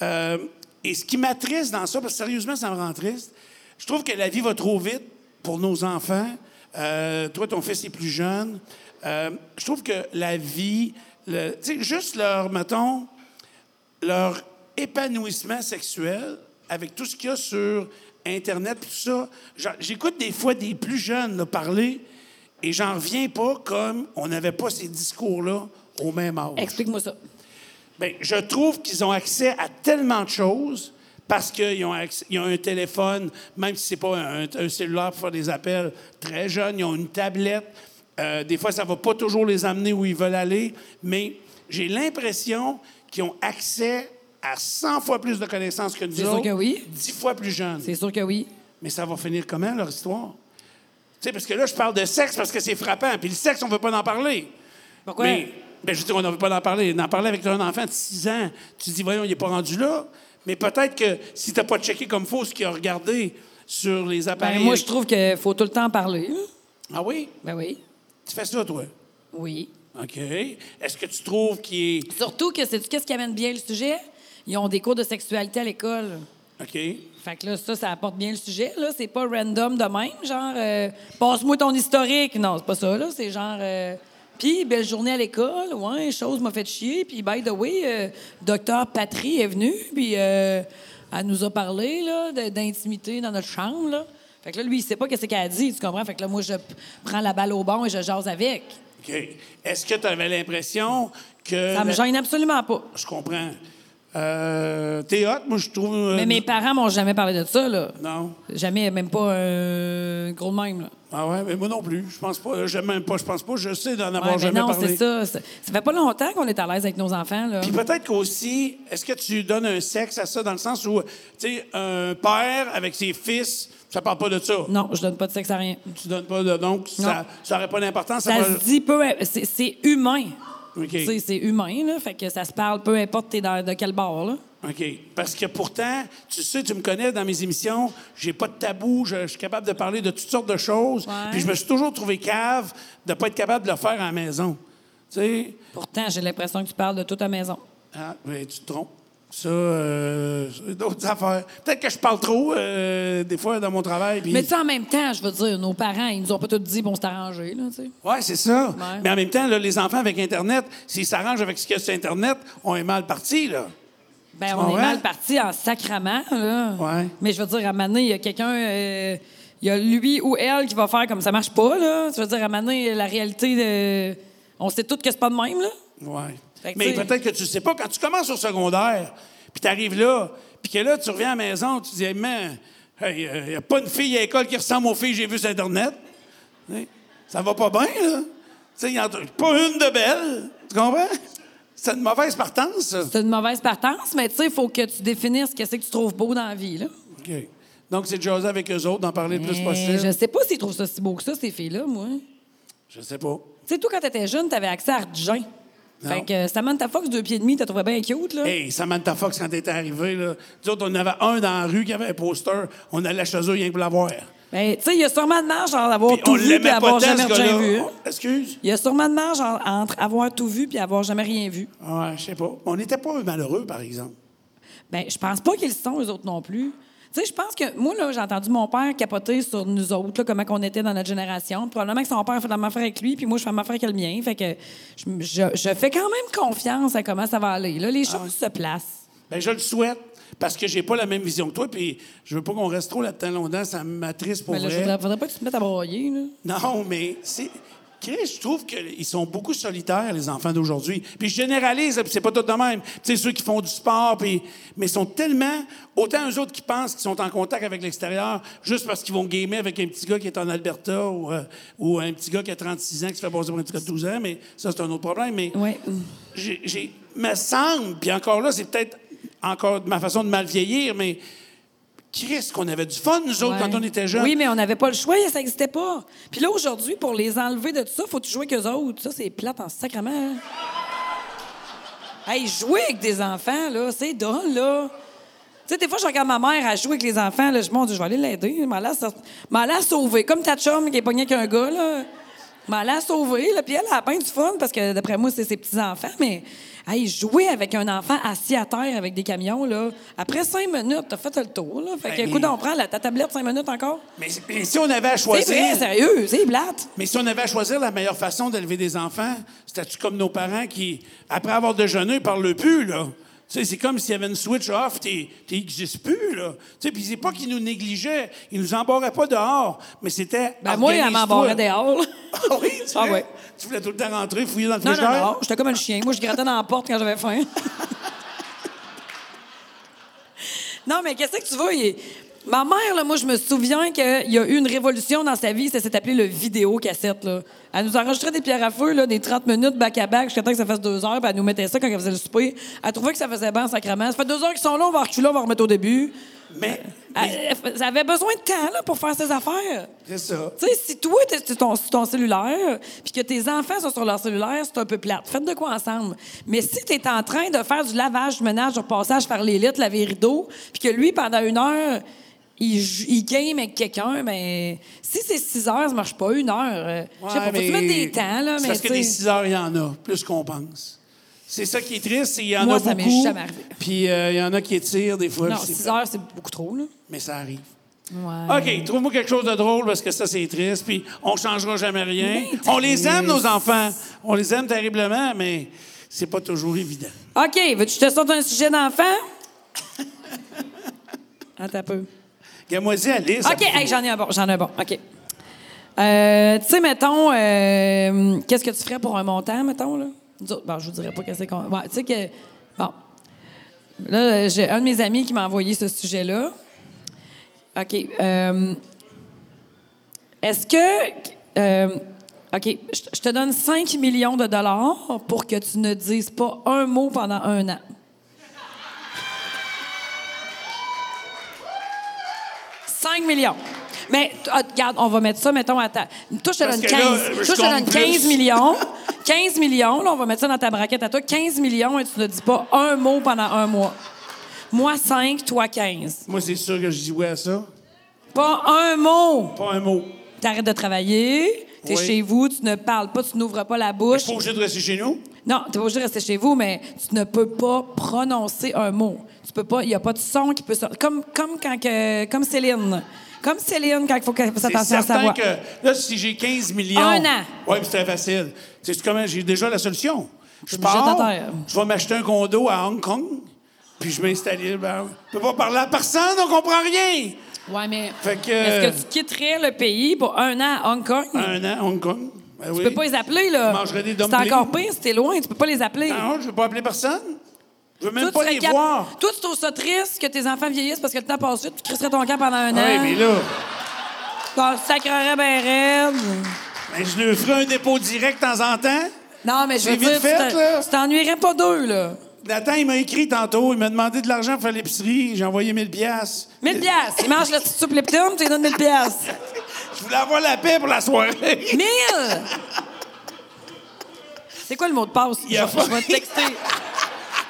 [SPEAKER 3] Euh, et ce qui m'attriste dans ça, parce que sérieusement, ça me rend triste, je trouve que la vie va trop vite pour nos enfants. Euh, toi, ton fils est plus jeune. Euh, je trouve que la vie, le- tu sais, juste leur, mettons, leur épanouissement sexuel avec tout ce qu'il y a sur Internet, tout ça. J'a- J'écoute des fois des plus jeunes là, parler et j'en reviens pas comme on n'avait pas ces discours-là au même âge.
[SPEAKER 4] Explique-moi ça.
[SPEAKER 3] Ben, je trouve qu'ils ont accès à tellement de choses parce qu'ils ont, accès- ils ont un téléphone, même si c'est pas un, un cellulaire pour faire des appels très jeunes, ils ont une tablette. Euh, des fois, ça va pas toujours les amener où ils veulent aller, mais j'ai l'impression qu'ils ont accès à 100 fois plus de connaissances que nous
[SPEAKER 4] C'est sûr
[SPEAKER 3] autres,
[SPEAKER 4] que oui.
[SPEAKER 3] 10 fois plus jeunes.
[SPEAKER 4] C'est sûr que oui.
[SPEAKER 3] Mais ça va finir comment, leur histoire? Tu sais, parce que là, je parle de sexe parce que c'est frappant. Puis le sexe, on ne veut pas en parler.
[SPEAKER 4] Pourquoi?
[SPEAKER 3] Mais, ben, je veux dire, on ne veut pas en parler. D'en parler avec un enfant de 6 ans, tu dis, voyons, il n'est pas rendu là. Mais peut-être que si tu n'as pas checké comme faut ce qu'il a regardé sur les appareils.
[SPEAKER 4] Ben, moi, je trouve qu'il faut tout le temps parler.
[SPEAKER 3] Ah oui?
[SPEAKER 4] Ben oui.
[SPEAKER 3] Tu fais ça, toi?
[SPEAKER 4] Oui.
[SPEAKER 3] OK. Est-ce que tu trouves qu'il est.
[SPEAKER 4] Surtout que c'est qu'est-ce qui amène bien le sujet? Ils ont des cours de sexualité à l'école.
[SPEAKER 3] OK.
[SPEAKER 4] Fait que là, ça, ça apporte bien le sujet. Là, c'est pas random de même, genre euh, passe-moi ton historique. Non, c'est pas ça. Là, c'est genre. euh, puis, belle journée à l'école, ouais, chose m'a fait chier. Puis, by the way, euh, docteur Patry est venu, puis euh, elle nous a parlé là, de- d'intimité dans notre chambre. Là. Fait que là, lui, il sait pas qu'est-ce qu'elle a dit, tu comprends? Fait que là, moi, je p- prends la balle au bon et je jase avec.
[SPEAKER 3] OK. Est-ce que tu avais l'impression que.
[SPEAKER 4] Ça me
[SPEAKER 3] la-
[SPEAKER 4] gêne absolument pas.
[SPEAKER 3] Je comprends. Euh, T'es hot, moi, je trouve. euh,
[SPEAKER 4] Mais mes parents m'ont jamais parlé de ça, là.
[SPEAKER 3] Non.
[SPEAKER 4] Jamais, même pas un gros de même, là.
[SPEAKER 3] Ah ouais, mais moi non plus. Je pense pas. J'aime même pas. Je pense pas. Je sais d'en
[SPEAKER 4] Ouais,
[SPEAKER 3] avoir
[SPEAKER 4] mais
[SPEAKER 3] jamais
[SPEAKER 4] non,
[SPEAKER 3] parlé.
[SPEAKER 4] c'est ça. Ça ça fait pas longtemps qu'on est à l'aise avec nos enfants, là.
[SPEAKER 3] Puis peut-être qu'aussi, est-ce que tu donnes un sexe à ça dans le sens où, tu sais, un père avec ses fils, ça parle pas de ça.
[SPEAKER 4] Non, je donne pas de sexe à rien.
[SPEAKER 3] Tu donnes pas de. Donc, ça, ça aurait pas d'importance.
[SPEAKER 4] Ça
[SPEAKER 3] va-
[SPEAKER 4] se dit peu... C'est c'est humain.
[SPEAKER 3] OK.
[SPEAKER 4] Tu sais, C'est humain, là. Fait que ça se parle peu importe t'es dans- de quel bord, là.
[SPEAKER 3] OK. Parce que pourtant, tu sais, tu me connais dans mes émissions, j'ai pas de tabou, je, je suis capable de parler de toutes sortes de choses.
[SPEAKER 4] Ouais.
[SPEAKER 3] Puis je me suis toujours trouvé cave de pas être capable de le faire à la maison. Tu sais,
[SPEAKER 4] Pourtant, j'ai l'impression que tu parles de toute ta maison.
[SPEAKER 3] Ah, ben, tu te trompes. Ça, euh, c'est d'autres affaires. Peut-être que je parle trop, euh, des fois, dans mon travail. puis-
[SPEAKER 4] Mais tu sais, en même temps, je veux dire, nos parents, ils nous ont pas tout dit, bon, c'est arrangé, là, tu sais.
[SPEAKER 3] Ouais, c'est ça.
[SPEAKER 4] Ouais.
[SPEAKER 3] Mais en même temps, là, les enfants avec Internet, s'ils s'arrangent avec ce qu'il y a sur Internet, on est mal parti, là.
[SPEAKER 4] Ben,
[SPEAKER 3] Tu
[SPEAKER 4] on
[SPEAKER 3] comprends?
[SPEAKER 4] est mal parti en sacrament, là.
[SPEAKER 3] Ah Ouais.
[SPEAKER 4] Mais je veux dire, à un moment donné, il y a quelqu'un, euh, il y a lui ou elle qui va faire comme ça marche pas, là. Je veux dire, à un moment donné, la réalité, euh, on sait toutes que c'est pas de même, là.
[SPEAKER 3] Ouais.
[SPEAKER 4] Fait que
[SPEAKER 3] Mais
[SPEAKER 4] tu sais-
[SPEAKER 3] peut-être que tu sais pas, quand tu commences au secondaire, puis tu arrives là, puis que là, tu reviens à la maison, tu dis, Hey, man, il n'y a pas une fille à l'école qui ressemble aux filles que j'ai vues sur Internet. Tu sais, Ça va pas bien, là. Tu sais, il y en a pas une de belle. Tu comprends? C'est une mauvaise partance, ça.
[SPEAKER 4] C'est une mauvaise partance, mais tu sais, il faut que tu définisses ce que c'est que tu trouves beau dans la vie, là.
[SPEAKER 3] OK. Donc, c'est de jaser avec eux autres, d'en parler le plus
[SPEAKER 4] Mais
[SPEAKER 3] possible.
[SPEAKER 4] je sais pas s'ils trouvent ça si beau que ça, ces filles-là, moi.
[SPEAKER 3] Je sais pas.
[SPEAKER 4] Tu sais, toi, quand t'étais jeune, t'avais accès à Argent.
[SPEAKER 3] Non.
[SPEAKER 4] Fait que euh, Samantha Fox, deux pieds et demi, t'as trouvé bien cute, là.
[SPEAKER 3] Hey, Samantha Fox, quand t'étais arrivée, là, nous autres, on en avait un dans la rue qui avait un poster. On allait chez eux rien que pour l'avoir.
[SPEAKER 4] Ben, tu sais, il y a sûrement de marge en avoir
[SPEAKER 3] Puis
[SPEAKER 4] tout
[SPEAKER 3] on
[SPEAKER 4] vu et
[SPEAKER 3] l'aimait pas
[SPEAKER 4] avoir
[SPEAKER 3] tant,
[SPEAKER 4] jamais
[SPEAKER 3] ce
[SPEAKER 4] rien vu.
[SPEAKER 3] gars-là. Oh,
[SPEAKER 4] hein.
[SPEAKER 3] Excuse?
[SPEAKER 4] Il y a sûrement de marge en- entre avoir tout vu puis avoir jamais rien vu.
[SPEAKER 3] Ouais, je sais pas. On n'était pas malheureux, par exemple.
[SPEAKER 4] Ben, je pense pas qu'ils le sont, eux autres non plus. Tu sais, je pense que moi, là, j'ai entendu mon père capoter sur nous autres, là, comment on était dans notre génération. Probablement que son père fait la même affaire avec lui, puis moi, je fais la même affaire avec le mien. Fait que je, je- je fais quand même confiance à comment ça va aller. Là, les
[SPEAKER 3] Ah
[SPEAKER 4] choses se placent.
[SPEAKER 3] Ben, je le souhaite, parce que j'ai pas la même vision que toi, puis je veux pas qu'on reste trop là-dedans longtemps. Ça m'attriste pour
[SPEAKER 4] Mais Ben, là, je
[SPEAKER 3] vrai.
[SPEAKER 4] voudrais, faudrait pas que tu te mettes à broyer, là.
[SPEAKER 3] Non, mais c'est. Chris, je trouve qu'ils sont beaucoup solitaires, les enfants d'aujourd'hui. Puis je généralise, là, puis c'est pas tout de même. Tu sais, ceux qui font du sport, puis... mais ils sont tellement. Autant eux autres qui pensent qu'ils sont en contact avec l'extérieur juste parce qu'ils vont gamer avec un petit gars qui est en Alberta ou, euh, ou un petit gars qui a 36 ans qui se fait passer pour un petit gars de 12 ans, mais ça, c'est un autre problème. Mais
[SPEAKER 4] Ouais.
[SPEAKER 3] j'ai, j'ai- me semble, puis encore là, c'est peut-être encore de ma façon de mal vieillir, mais Chris, qu'on avait du fun, nous autres,
[SPEAKER 4] Ouais.
[SPEAKER 3] quand on était jeunes.
[SPEAKER 4] Oui, mais on n'avait pas le choix, ça n'existait pas. Puis là, aujourd'hui, pour les enlever de tout ça, faut-tu jouer avec eux autres? Ça, c'est plate en sacrement. hein. Hey, jouer avec des enfants, là, c'est drôle, là. Tu sais, des fois, je regarde ma mère à jouer avec les enfants, là, je me dis, je vais aller l'aider, m'en la sauver. Comme ta chum qui est pognée avec un gars, là. Mais elle l'a sauvée, là, puis elle a bien du fun, parce que d'après moi, c'est ses petits-enfants, mais hey, jouer avec un enfant assis à terre avec des camions, là, après cinq minutes, t'as fait le tour, là. Fait que,
[SPEAKER 3] Ben,
[SPEAKER 4] écoute, on prend la, ta tablette cinq minutes encore.
[SPEAKER 3] Mais, mais si on avait à
[SPEAKER 4] C'est
[SPEAKER 3] choisir.
[SPEAKER 4] vrai, sérieux, c'est plate.
[SPEAKER 3] Mais si on avait à choisir la meilleure façon d'élever des enfants, c'était-tu comme nos parents qui, après avoir déjeuné, parlent plus, là? Tu sais, c'est comme s'il y avait une switch off, t'es- t'existes plus, là. Tu sais, puis c'est pas qu'ils nous négligeaient, ils nous embarraient pas dehors, mais c'était.
[SPEAKER 4] Ben, moi, elle
[SPEAKER 3] organise-toi.
[SPEAKER 4] m'embarrait dehors, là.
[SPEAKER 3] <laughs> Ah oui, tu,
[SPEAKER 4] Ah
[SPEAKER 3] voulais-
[SPEAKER 4] ouais.
[SPEAKER 3] tu voulais tout le temps rentrer, fouiller dans le
[SPEAKER 4] Non,
[SPEAKER 3] frigidaire?
[SPEAKER 4] non, non, j'étais comme un chien. Moi, je grattais dans la porte quand j'avais faim. <laughs> non, mais qu'est-ce que tu veux? il est- Ma mère, là, moi, je me souviens qu'il y a eu une révolution dans sa vie, ça s'est appelé le vidéo-cassette. Là. Elle nous enregistrait des pierres à feu, là, des 30 minutes back-à-back, jusqu'à temps que ça fasse deux heures, puis elle nous mettait ça quand elle faisait le souper. Elle trouvait que ça faisait bien sacrement. Ça fait deux heures qu'ils sont là, on va reculer, on va remettre au début.
[SPEAKER 3] Mais, mais
[SPEAKER 4] Elle, elle avait besoin de temps là, pour faire ses affaires.
[SPEAKER 3] c'est ça.
[SPEAKER 4] Tu sais, si toi, t'es sur ton, sur ton cellulaire, puis que tes enfants sont sur leur cellulaire, c'est un peu plate. Faites de quoi ensemble. Mais si t'es en train de faire du lavage, du ménage, du passage, faire les litres, laver les rideaux, puis que lui, pendant une heure, il, jou- il game avec quelqu'un, mais si c'est six heures, ça marche pas. Une heure. euh, je sais pas, faut-tu mettre des temps, là,
[SPEAKER 3] c'est
[SPEAKER 4] mais
[SPEAKER 3] Parce que
[SPEAKER 4] tu
[SPEAKER 3] des
[SPEAKER 4] sais.
[SPEAKER 3] 6 heures, il y en a, plus qu'on pense. C'est ça qui est triste, c'est qu'il y en
[SPEAKER 4] Moi,
[SPEAKER 3] a
[SPEAKER 4] ça m'est
[SPEAKER 3] beaucoup.
[SPEAKER 4] jamais arrivé.
[SPEAKER 3] Puis euh, il y en a qui étirent des fois.
[SPEAKER 4] Non,
[SPEAKER 3] puis c'est
[SPEAKER 4] six
[SPEAKER 3] pas-
[SPEAKER 4] heures, c'est beaucoup trop, là.
[SPEAKER 3] Mais ça arrive.
[SPEAKER 4] Ouais.
[SPEAKER 3] OK, trouve-moi quelque chose de drôle parce que ça, c'est triste. Puis on changera jamais rien.
[SPEAKER 4] Mais
[SPEAKER 3] On les aime, nos
[SPEAKER 4] triste.
[SPEAKER 3] enfants. On les aime terriblement, mais c'est pas toujours évident.
[SPEAKER 4] OK, veux-tu que je te sorte un sujet d'enfant?
[SPEAKER 3] <laughs>
[SPEAKER 4] Attends un peu.
[SPEAKER 3] Gamoisie, Alice.
[SPEAKER 4] OK, hey, j'en ai un bon, j'en ai un bon. OK. Euh, tu sais, mettons, euh, qu'est-ce que tu ferais pour un montant, mettons, là? Nous autres, Bon, je vous dirais pas qu'est-ce qu'on... Ouais, tu sais que... Bon. Là, j'ai un de mes amis qui m'a envoyé ce sujet-là. OK. euh, Est-ce que... euh, OK, je je te donne 5 millions de dollars pour que tu ne dises pas un mot pendant un an. « 5 millions. Mais t- ah, regarde, on va mettre ça, mettons, à ta. Toi,
[SPEAKER 3] Parce
[SPEAKER 4] je te donne
[SPEAKER 3] que
[SPEAKER 4] 15.
[SPEAKER 3] là,
[SPEAKER 4] Toi,
[SPEAKER 3] je
[SPEAKER 4] je te donne
[SPEAKER 3] compte
[SPEAKER 4] 15
[SPEAKER 3] plus.
[SPEAKER 4] millions. 15 millions, là, on va mettre ça dans ta braquette à toi. 15 millions et tu ne dis pas un mot pendant un mois. Moi, 5, toi, 15.
[SPEAKER 3] Moi, c'est sûr que je dis oui à ça.
[SPEAKER 4] Pas un mot.
[SPEAKER 3] Pas un mot.
[SPEAKER 4] T'arrêtes de travailler, t'es
[SPEAKER 3] Oui.
[SPEAKER 4] chez vous, tu ne parles pas, tu n'ouvres pas la bouche.
[SPEAKER 3] Faut que je rester chez nous.
[SPEAKER 4] Non, t'es pas obligé de rester chez vous, mais tu ne peux pas prononcer un mot. Tu peux pas, il n'y a pas de son qui peut sortir. Comme, comme quand que- comme Céline. Comme Céline, quand il faut qu'elle fasse
[SPEAKER 3] C'est
[SPEAKER 4] attention à sa
[SPEAKER 3] certain
[SPEAKER 4] voix.
[SPEAKER 3] que là, si j'ai 15 millions.
[SPEAKER 4] Un an.
[SPEAKER 3] Oui, puis c'était facile. Tu sais comment? J'ai déjà la solution. Je
[SPEAKER 4] me jettes
[SPEAKER 3] pars,
[SPEAKER 4] à terre.
[SPEAKER 3] je vais m'acheter un condo à Hong Kong, puis je m'installer. Ben, je peux pas parler à personne, on comprend rien.
[SPEAKER 4] Ouais, mais.
[SPEAKER 3] Fait que-
[SPEAKER 4] Est-ce que tu quitterais le pays pour un an à Hong Kong?
[SPEAKER 3] Un an, Hong Kong. Ben oui.
[SPEAKER 4] Hmm. Tu peux pas les appeler, là.
[SPEAKER 3] Je mangerais des
[SPEAKER 4] C'est
[SPEAKER 3] dumplings.
[SPEAKER 4] encore pire si t'es loin, tu peux pas les appeler.
[SPEAKER 3] Non, Ah, je veux pas appeler personne. Je veux même
[SPEAKER 4] Toi, tu
[SPEAKER 3] pas
[SPEAKER 4] serais
[SPEAKER 3] les
[SPEAKER 4] cap-
[SPEAKER 3] voir.
[SPEAKER 4] Toi, tu trouves ça triste que tes enfants vieillissent parce que le temps passe vite, tu crisserais ton camp pendant un
[SPEAKER 3] Ah Oui,
[SPEAKER 4] an.
[SPEAKER 3] mais là,
[SPEAKER 4] T'en sacrerais bien raide.
[SPEAKER 3] ben, je leur ferai un dépôt direct de temps en temps.
[SPEAKER 4] Non, mais je
[SPEAKER 3] C'est vite
[SPEAKER 4] veux dire, tu
[SPEAKER 3] fait,
[SPEAKER 4] t'en-
[SPEAKER 3] là.
[SPEAKER 4] tu t'ennuierais pas d'eux, là.
[SPEAKER 3] Nathan, il m'a écrit tantôt, il m'a demandé de l'argent pour faire l'épicerie, j'ai envoyé 1000 pièces.
[SPEAKER 4] 1000 piastres. Il mange le petit soupe leptune, tu lui donnes 1000 piastres.
[SPEAKER 3] Je voulais avoir la paix pour la soirée. <laughs>
[SPEAKER 4] 1000! C'est quoi le mot de passe?
[SPEAKER 3] Il y a
[SPEAKER 4] je,
[SPEAKER 3] pas-
[SPEAKER 4] je vais te texter.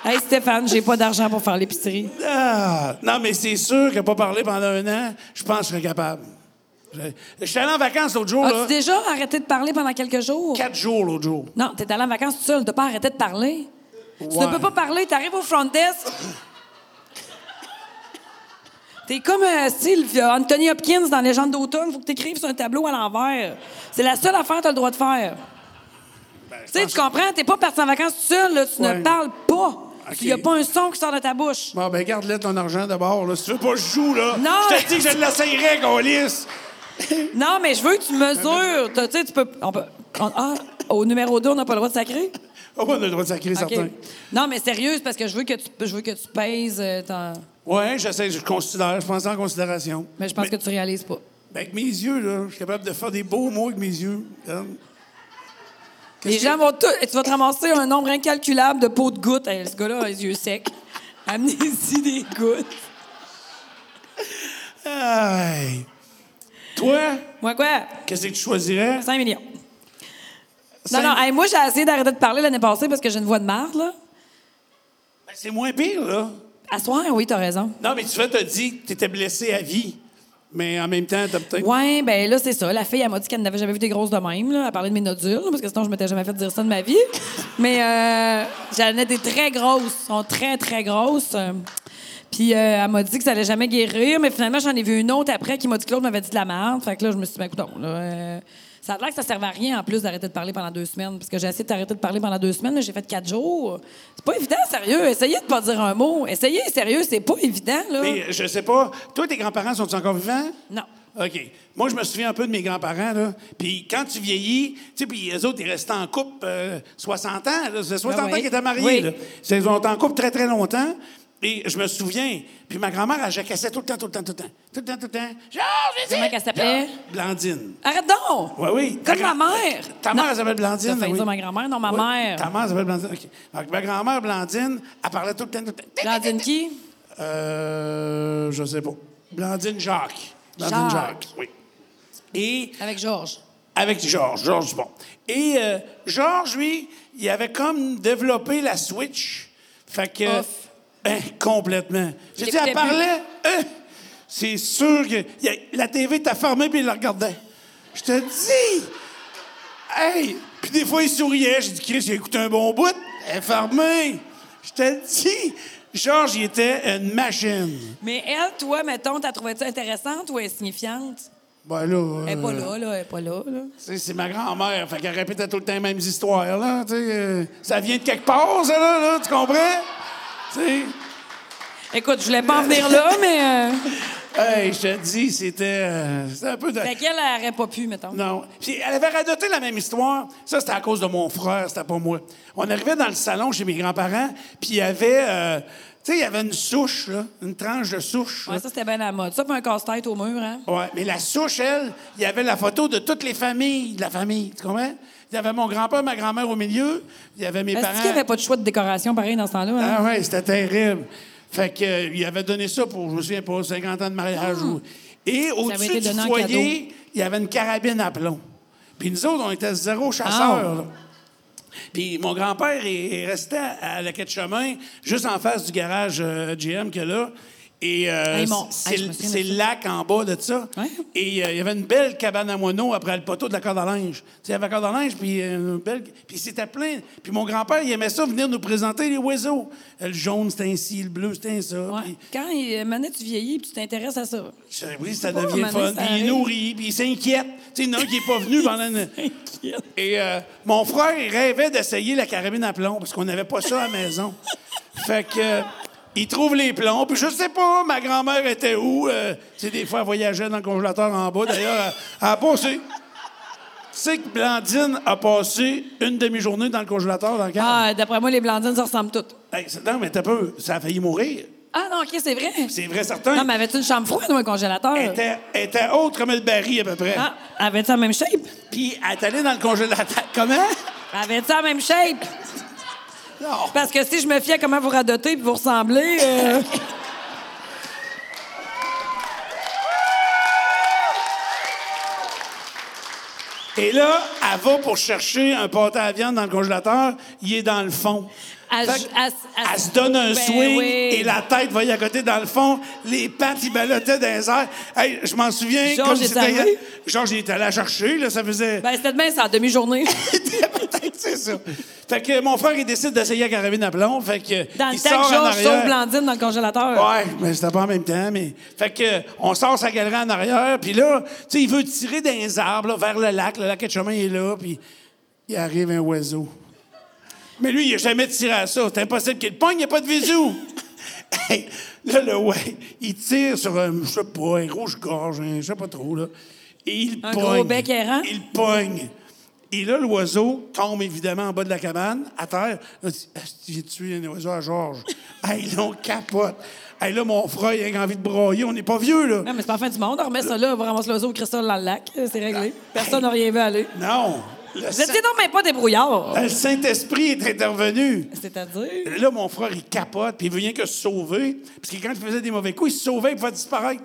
[SPEAKER 4] Hey Stéphane, j'ai pas d'argent pour faire l'épicerie.
[SPEAKER 3] Ah, non, mais c'est sûr que pas parler pendant un an, je pense que je serais capable. Je- Je suis allé en vacances l'autre jour, là.
[SPEAKER 4] As-tu déjà arrêté de parler pendant quelques jours?
[SPEAKER 3] Quatre jours l'autre jour.
[SPEAKER 4] Non, t'es allé en vacances tout seul, t'as pas arrêté de parler. Tu ne
[SPEAKER 3] Ouais.
[SPEAKER 4] peux pas parler, t'arrives au front desk. T'es comme euh, style euh, Anthony Hopkins dans Légende d'automne, faut que t'écrives sur un tableau à l'envers. C'est la seule affaire que t'as le droit de faire.
[SPEAKER 3] Ben,
[SPEAKER 4] tu sais, tu comprends? T'es pas parti en vacances tout seul, là, tu
[SPEAKER 3] Ouais.
[SPEAKER 4] ne parles pas.
[SPEAKER 3] Ok.
[SPEAKER 4] Il n'y a pas un son qui sort de ta bouche.
[SPEAKER 3] Bon, ben, garde-le ton argent d'abord, là. Si tu veux pas, que je joue, là.
[SPEAKER 4] Non,
[SPEAKER 3] Je
[SPEAKER 4] mais-
[SPEAKER 3] te dis que je l'essayerais, qu'on lisse.
[SPEAKER 4] Non, mais je veux que tu mesures. T'as- Tu sais, tu peux. on peut- on- ah, au numéro 2, on n'a pas le droit de sacrer?
[SPEAKER 3] Oh, on a le droit de sacrer
[SPEAKER 4] OK.
[SPEAKER 3] certains.
[SPEAKER 4] Non, mais sérieux, c'est parce que je veux que tu, je veux que tu pèses. euh, ton-
[SPEAKER 3] Ouais, j'essaie, je considère, je prends ça en considération.
[SPEAKER 4] Mais je pense que tu réalises pas.
[SPEAKER 3] Ben, avec mes yeux, là, je suis capable de faire des beaux mots avec mes yeux. Regarde.
[SPEAKER 4] Les gens vont tout. Tu vas te ramasser un nombre incalculable de pots de gouttes. Hey, ce gars-là a les yeux secs. <laughs> Amenez-y des gouttes.
[SPEAKER 3] Aïe. Toi,
[SPEAKER 4] Moi, quoi?
[SPEAKER 3] qu'est-ce que tu choisirais?
[SPEAKER 4] 5 millions. Non,
[SPEAKER 3] Cinq-
[SPEAKER 4] non, hey, moi, j'ai essayé d'arrêter de parler l'année passée parce que j'ai une voix de marde, là.
[SPEAKER 3] Ben, c'est moins pire, là.
[SPEAKER 4] À soir, oui, t'as raison.
[SPEAKER 3] Non, mais tu vas te dire que tu étais blessé à vie. Mais en même temps, t'as peut-être.
[SPEAKER 4] Ouais, ben là, c'est ça. La fille, elle m'a dit qu'elle n'avait jamais vu des grosses de même. Là. Elle parlait de mes nodules, parce que sinon, je m'étais jamais fait dire ça de ma vie. <laughs> Mais euh, j'en ai des très grosses. Elles sont très, très grosses. Euh, Puis euh, elle m'a dit que ça allait jamais guérir, mais finalement, j'en ai vu une autre après qui m'a dit que l'autre m'avait dit de la merde. Fait que là, je me suis dit, ben, écoute, là. euh, ça a l'air que ça servait à rien en plus d'arrêter de parler pendant deux semaines, parce que j'ai essayé d'arrêter de parler pendant deux semaines, mais j'ai fait quatre jours. C'est pas évident, sérieux. Essayez de pas dire un mot. Essayez, sérieux, c'est pas évident, là.
[SPEAKER 3] Mais euh, je sais pas. Toi, tes grands-parents sont encore vivants?
[SPEAKER 4] Non.
[SPEAKER 3] OK. Moi, je me souviens un peu de mes grands-parents, là. Puis quand tu vieillis, tu sais, puis eux autres, ils restent en couple euh, 60 ans. là. C'est 60
[SPEAKER 4] Ah oui.
[SPEAKER 3] ans qu'ils étaient mariés,
[SPEAKER 4] Oui.
[SPEAKER 3] là. C'est- Ils sont en couple très, très longtemps. Et je me souviens, puis ma grand-mère, elle jacassait tout le temps, tout le temps, tout le temps. Tout le temps, tout le temps. Georges, viens ici!
[SPEAKER 4] Comment qu'elle s'appelait?
[SPEAKER 3] Blandine.
[SPEAKER 4] Arrête donc!
[SPEAKER 3] Oui, oui.
[SPEAKER 4] Comme
[SPEAKER 3] Ta-
[SPEAKER 4] ma mère.
[SPEAKER 3] Ta
[SPEAKER 4] Non.
[SPEAKER 3] mère elle s'appelle Blandine.
[SPEAKER 4] T'as failli
[SPEAKER 3] oui.
[SPEAKER 4] dire ma grand-mère, non, ma mère.
[SPEAKER 3] Ta mère s'appelle Blandine. OK. Donc, ma grand-mère, Blandine, elle parlait tout le temps, tout le temps.
[SPEAKER 4] Blandine qui?
[SPEAKER 3] Euh, je sais pas. Blandine Jacques. Blandine
[SPEAKER 4] Jacques.
[SPEAKER 3] Jacques, oui. Et
[SPEAKER 4] Avec Georges.
[SPEAKER 3] avec Georges, Georges Bon. Et euh, Georges, lui, il avait comme développé la Switch. Fait que.
[SPEAKER 4] Off.
[SPEAKER 3] Ben, complètement. J'ai dit,
[SPEAKER 4] l'écoutais
[SPEAKER 3] elle parlait. hein, c'est sûr que. y a- la TV t'a fermée puis il la regardait. Je te dis! Hey! Puis des fois, il souriait. J'ai dit, Chris, il a écouté un bon bout. Elle est fermée. Je te dis! Georges, il était une machine.
[SPEAKER 4] Mais elle, toi, mettons, t'as trouvé ça intéressante ou est signifiante?
[SPEAKER 3] Ben là.
[SPEAKER 4] Elle est
[SPEAKER 3] euh,
[SPEAKER 4] pas là, là, elle est pas là, là.
[SPEAKER 3] Tu sais, C'est ma grand-mère, fait qu'elle répétait tout le temps les mêmes histoires, là. tu sais, euh, ça vient de quelque part, ça, là, là, tu comprends? Tu sais,
[SPEAKER 4] Écoute, je voulais pas en venir
[SPEAKER 3] <laughs>
[SPEAKER 4] là, mais. Euh...
[SPEAKER 3] hey, je te dis, c'était euh, c'était un peu de...
[SPEAKER 4] Fait qu'elle, elle aurait pas pu, mettons.
[SPEAKER 3] Non. Puis elle avait radoté la même histoire. Ça, c'était à cause de mon frère, c'était pas moi. On arrivait dans le salon chez mes grands-parents, puis il y avait... euh, tu sais, il y avait une souche, là, une tranche de souche.
[SPEAKER 4] Ouais,
[SPEAKER 3] là.
[SPEAKER 4] ça, c'était bien la mode. Ça, puis un casse-tête au mur, hein?
[SPEAKER 3] Ouais, mais la souche, elle, il y avait la photo de toutes les familles de la famille, tu comprends? Il y avait mon grand-père, ma grand-mère au milieu, il y avait mes
[SPEAKER 4] Est-ce
[SPEAKER 3] parents...
[SPEAKER 4] qu'il y avait pas de choix de décoration pareil dans ce temps-là? hein?
[SPEAKER 3] Ah ouais, c'était terrible. Fait que euh, il avait donné ça pour, je me souviens pas, 50 ans de mariage. ou- Et
[SPEAKER 4] Ah. été
[SPEAKER 3] au-dessus du
[SPEAKER 4] donné en
[SPEAKER 3] foyer, il y avait une carabine à plomb. Puis nous autres, on était
[SPEAKER 4] Ah.
[SPEAKER 3] zéro chasseur. là. Puis mon grand-père est, est resté à, à la quai de chemin, juste en face du garage euh, GM qu'il y a là. Et euh,
[SPEAKER 4] Hey, mon-
[SPEAKER 3] c'est
[SPEAKER 4] hey, Ah, je me souviens de
[SPEAKER 3] c'est
[SPEAKER 4] ça.
[SPEAKER 3] le lac en bas de ça.
[SPEAKER 4] Ouais.
[SPEAKER 3] Et euh, il y avait une belle cabane à moineaux après le poteau de la corde à linge. Tu sais, il y avait la corde à linge, puis euh, une belle... Puis c'était plein. Puis mon grand-père, il aimait ça, venir nous présenter les oiseaux. Euh, Le jaune, c'était ainsi, le bleu, c'était ça.
[SPEAKER 4] Ouais.
[SPEAKER 3] Puis,
[SPEAKER 4] Quand il, maintenant, tu vieillis puis tu t'intéresses à ça.
[SPEAKER 3] je sais, oui, ça
[SPEAKER 4] pas,
[SPEAKER 3] devient
[SPEAKER 4] à un moment
[SPEAKER 3] fun.
[SPEAKER 4] donné, ça
[SPEAKER 3] Puis il
[SPEAKER 4] arrive.
[SPEAKER 3] nourrit, puis il s'inquiète. Tu sais, il y en a un qui n'est pas venu pendant... une- Et euh, mon frère, il rêvait d'essayer la carabine à plomb, parce qu'on n'avait pas ça à la maison. fait que... euh, il trouve les plombs, puis je sais pas, ma grand-mère était où. euh, tu sais, des fois, elle voyageait dans le congélateur en bas. D'ailleurs, elle, elle a passé... Tu sais que Blandine a passé une demi-journée dans le congélateur dans le cadre.
[SPEAKER 4] Ah, d'après moi, les blandines se ressemblent toutes.
[SPEAKER 3] non, mais t'as peu, ça a failli mourir.
[SPEAKER 4] Ah non, OK, c'est vrai.
[SPEAKER 3] C'est vrai, certain.
[SPEAKER 4] Non, mais avais-tu une chambre froide ou un congélateur?
[SPEAKER 3] Elle était, elle était haute comme le baril, à peu près.
[SPEAKER 4] Ah, avais-tu la même shape?
[SPEAKER 3] Puis elle est allée dans le congélateur. Comment?
[SPEAKER 4] Avais-tu la même shape?
[SPEAKER 3] Non.
[SPEAKER 4] Parce que si je me fiais à comment vous radotez et vous ressemblez. euh,
[SPEAKER 3] Et là, elle va pour chercher un pâté à viande dans le congélateur. Il est dans le fond.
[SPEAKER 4] Elle-
[SPEAKER 3] Fait que
[SPEAKER 4] elle- elle-
[SPEAKER 3] <laughs> elle se donne un
[SPEAKER 4] Ben
[SPEAKER 3] swing
[SPEAKER 4] oui.
[SPEAKER 3] et la tête va y à côté dans le fond. Les pattes, ils ballottaient dans les airs. Hey, je m'en souviens.
[SPEAKER 4] Georges
[SPEAKER 3] comme
[SPEAKER 4] est
[SPEAKER 3] c'était-
[SPEAKER 4] arrivé?
[SPEAKER 3] Georges, il est allé la chercher. Là, ça faisait... <laughs>
[SPEAKER 4] ben, c'était demain, c'est en demi-journée.
[SPEAKER 3] Peut-être c'est ça. Fait que mon frère, il décide d'essayer la carabine à plomb. Fait que
[SPEAKER 4] Dans
[SPEAKER 3] il
[SPEAKER 4] le temps
[SPEAKER 3] sort
[SPEAKER 4] que
[SPEAKER 3] en
[SPEAKER 4] Georges
[SPEAKER 3] arrière.
[SPEAKER 4] sauve Blandine dans le congélateur.
[SPEAKER 3] Ouais, mais c'était pas en même temps, mais. Fait que euh, on sort sa galerie en arrière, puis là, tu sais, il veut tirer dans les arbres, là, vers le lac, le lac de chemin est là, puis il arrive un oiseau. Mais lui, il a jamais tiré à ça. C'est impossible qu'il le pogne, il n'y a pas de
[SPEAKER 4] <laughs>
[SPEAKER 3] visu. Hey, là, le ouais, il tire sur un, je sais pas, un rouge-gorge, un- je sais pas trop, là. Et il
[SPEAKER 4] Un
[SPEAKER 3] pogne.
[SPEAKER 4] gros bec errant?
[SPEAKER 3] Il pogne. Et là, l'oiseau tombe évidemment en bas de la cabane, à terre. Là, tu- Ah, tu viens de tuer un oiseau à Georges. hey, là, on capote. Hey, là, mon frère, il a envie de broyer. On n'est pas vieux, là.
[SPEAKER 4] Non, mais c'est pas la fin du monde. On remet ça là, on va ramasser l'oiseau au cristal dans le lac. Euh, C'est réglé. Personne n'a rien vu aller.
[SPEAKER 3] Non. Le,
[SPEAKER 4] Vous
[SPEAKER 3] Saint-
[SPEAKER 4] étiez donc même pas débrouillard.
[SPEAKER 3] le Saint-Esprit est intervenu.
[SPEAKER 4] C'est-à-dire.
[SPEAKER 3] Là, mon frère, il capote, puis il veut rien que se sauver. Parce que quand il faisait des mauvais coups, il se sauvait, il pouvait disparaître.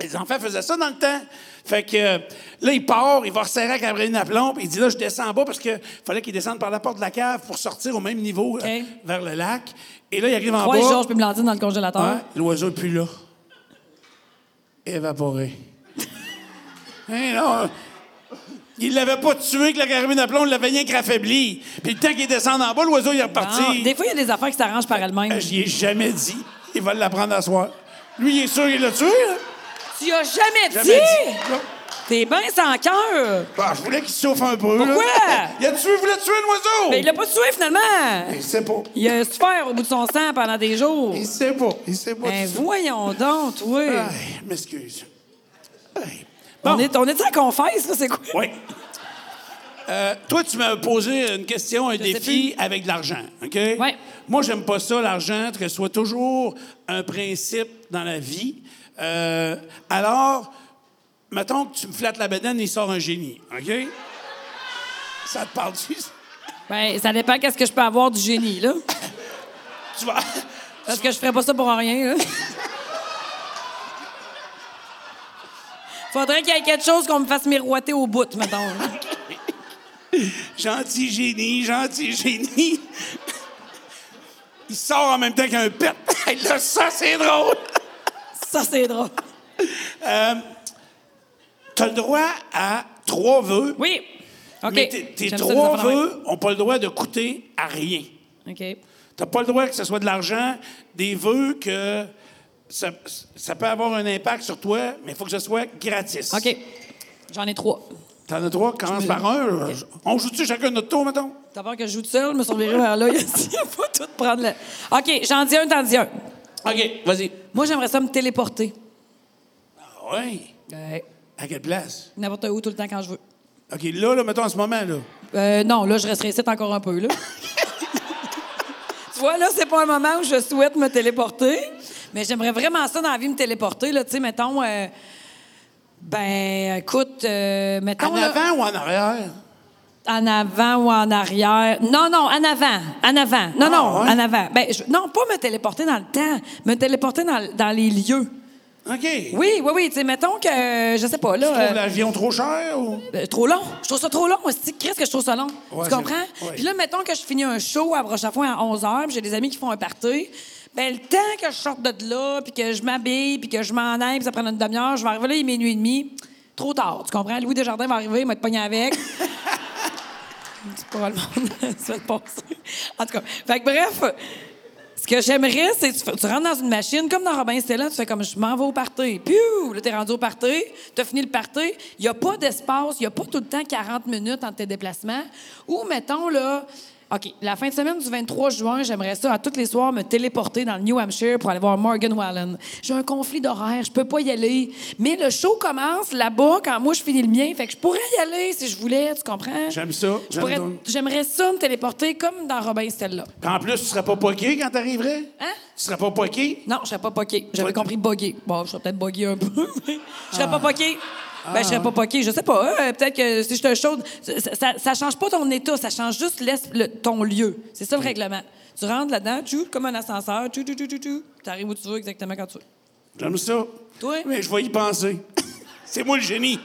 [SPEAKER 3] Les enfants faisaient ça dans le temps. Fait que euh, là, il part, il va resserrer à Gabriel Naplombe. Il dit là, je descends en bas parce qu'il fallait qu'il descende par la porte de la cave pour sortir au même niveau euh,
[SPEAKER 4] OK.
[SPEAKER 3] vers le lac. Et là, il arrive en
[SPEAKER 4] Ouais,
[SPEAKER 3] bas.
[SPEAKER 4] Georges puis Blandine dans le congélateur.
[SPEAKER 3] Ouais, L'oiseau est plus là. évaporé. <laughs> Hein, non. Il l'avait pas tué avec la carabine à plomb, il l'avait rien qu'affaibli. Puis le temps qu'il descende en bas, l'oiseau, il est reparti.
[SPEAKER 4] Non, Ah, Des fois, il y a des affaires qui s'arrangent par elles-mêmes.
[SPEAKER 3] Euh, J'y ai jamais dit. Il va l'apprendre à soir. Lui, il est sûr qu'il l'a tué, là.
[SPEAKER 4] Tu as jamais,
[SPEAKER 3] Jamais
[SPEAKER 4] dit?
[SPEAKER 3] dit. Non.
[SPEAKER 4] T'es bien sans cœur.
[SPEAKER 3] Ah, je voulais qu'il souffre un peu, là.
[SPEAKER 4] Pourquoi?
[SPEAKER 3] Il a tué, il voulait tuer un oiseau.
[SPEAKER 4] Mais Ben, il l'a pas tué, finalement.
[SPEAKER 3] Il sait pas.
[SPEAKER 4] Il a souffert au bout de son sang pendant des jours.
[SPEAKER 3] Il sait pas. Il sait pas.
[SPEAKER 4] Ben
[SPEAKER 3] tout ça.
[SPEAKER 4] voyons donc, toi.
[SPEAKER 3] Aïe, m'excuse. Aïe.
[SPEAKER 4] On est, on est en confesse, là, c'est quoi?
[SPEAKER 3] Oui. Euh, toi, tu m'as posé une question, un défi avec de l'argent, OK?
[SPEAKER 4] Ouais.
[SPEAKER 3] Moi, j'aime pas ça, l'argent, que ce soit toujours un principe dans la vie. Euh, alors, mettons que tu me flattes la bédaine, il sort un génie, OK? Ça te parle-tu? ça?
[SPEAKER 4] Ben, ça dépend qu'est-ce que je peux avoir du génie, là.
[SPEAKER 3] Tu vas... <laughs>
[SPEAKER 4] Parce que je ferais pas ça pour rien, là. Faudrait qu'il y ait quelque chose qu'on me fasse miroiter au bout, mettons. là.
[SPEAKER 3] Gentil génie, gentil génie. Il sort en même temps qu'un pet. <laughs> Hey, Là, ça, c'est drôle.
[SPEAKER 4] Ça, c'est drôle.
[SPEAKER 3] T'as le droit à trois vœux.
[SPEAKER 4] Oui. OK.
[SPEAKER 3] Mais tes- tes
[SPEAKER 4] J'aime ça,
[SPEAKER 3] trois
[SPEAKER 4] les affaires de
[SPEAKER 3] vœux n'ont pas le droit de coûter à rien.
[SPEAKER 4] même. OK.
[SPEAKER 3] T'as pas le droit que ce soit de l'argent, des vœux que ça, ça peut avoir un impact sur toi, mais il faut que ce soit gratis.
[SPEAKER 4] OK. J'en ai trois.
[SPEAKER 3] T'en as trois, commence par un. On joue-tu chacun notre tour, mettons?
[SPEAKER 4] T'as peur que je joue tout seul,
[SPEAKER 3] <laughs>
[SPEAKER 4] me surveiller vers là. <laughs> Il faut tout prendre là. OK, j'en dis un, t'en dis un.
[SPEAKER 3] OK, vas-y.
[SPEAKER 4] Moi, j'aimerais ça me téléporter.
[SPEAKER 3] Ah oui? À quelle place?
[SPEAKER 4] Euh, N'importe où, tout le temps, quand je veux.
[SPEAKER 3] OK, là, là, mettons en ce moment, là.
[SPEAKER 4] Euh, non, là, je resterai ici encore un peu,
[SPEAKER 3] <laughs>
[SPEAKER 4] là. tu vois, là, c'est pas un moment où je souhaite me téléporter, mais j'aimerais vraiment ça dans la vie, me téléporter, là. Tu sais, mettons... euh, ben, écoute, euh, mettons...
[SPEAKER 3] En
[SPEAKER 4] là-
[SPEAKER 3] avant ou en arrière?
[SPEAKER 4] En avant ou en arrière. Non, non, en avant. En avant. Non,
[SPEAKER 3] Ah,
[SPEAKER 4] non,
[SPEAKER 3] ouais.
[SPEAKER 4] en avant. Ben, je- non, pas me téléporter dans le temps, me téléporter dans, dans les lieux.
[SPEAKER 3] OK. Oui.
[SPEAKER 4] Oui, oui, oui. Tu sais, mettons que, euh, je sais pas, là.
[SPEAKER 3] Tu trouves
[SPEAKER 4] euh,
[SPEAKER 3] l'avion trop cher ou?
[SPEAKER 4] euh, trop long. Je trouve ça trop long. aussi. Qu'est-ce que je trouve ça long?
[SPEAKER 3] Ouais,
[SPEAKER 4] tu comprends?
[SPEAKER 3] c'est- ouais.
[SPEAKER 4] Puis là, mettons que je finis un show à Brochafouin à 11 h, j'ai des amis qui font un party. Ben, le temps que je sorte de là, puis que je m'habille, puis que je m'en aille, puis ça prend une demi-heure, je vais arriver là, il est minuit et demi. Trop tard, tu comprends? Louis Desjardins va arriver, il va te pogner avec. C'est pas le monde <laughs> se fait passer. En tout cas, fait que bref, ce que j'aimerais, c'est que tu, fais- tu rentres dans une machine, comme dans Robin Stella, tu fais comme je m'en vais au party. Piou! Là, t'es rendu au party, t'as fini le party. Il n'y a pas d'espace, il n'y a pas tout le temps 40 minutes entre tes déplacements. Ou mettons, là, OK, la fin de semaine du 23 juin, j'aimerais ça, à tous les soirs, me téléporter dans le New Hampshire pour aller voir Morgan Wallen. J'ai un conflit d'horaire, je peux pas y aller. Mais le show commence là-bas quand moi je finis le mien, fait que je pourrais y aller si je voulais, tu comprends?
[SPEAKER 3] J'aime ça,
[SPEAKER 4] Je
[SPEAKER 3] j'aime
[SPEAKER 4] pourrais-
[SPEAKER 3] donc.
[SPEAKER 4] J'aimerais ça me téléporter comme dans Robin Stella.
[SPEAKER 3] Puis en plus, tu serais pas poqué quand t'arriverais?
[SPEAKER 4] Hein?
[SPEAKER 3] Tu serais pas poqué?
[SPEAKER 4] Non, je serais pas poqué. J'avais
[SPEAKER 3] Ouais.
[SPEAKER 4] compris bogué. Bon, je serais peut-être bogué un peu, <laughs> mais je serais pas
[SPEAKER 3] Ah.
[SPEAKER 4] poqué. Ben, je serais pas poqué. Je sais pas. hein, peut-être que si je te chaude, ça, ça, ça change pas ton état, ça change juste l'es- le- ton lieu. C'est ça le règlement. Tu rentres là-dedans, tu comme un ascenseur, tu, tu, tu, tu, tu. T'arrives où tu veux exactement quand tu veux.
[SPEAKER 3] J'aime ça.
[SPEAKER 4] Toi?
[SPEAKER 3] Mais je vais y penser. <laughs> c'est moi le génie.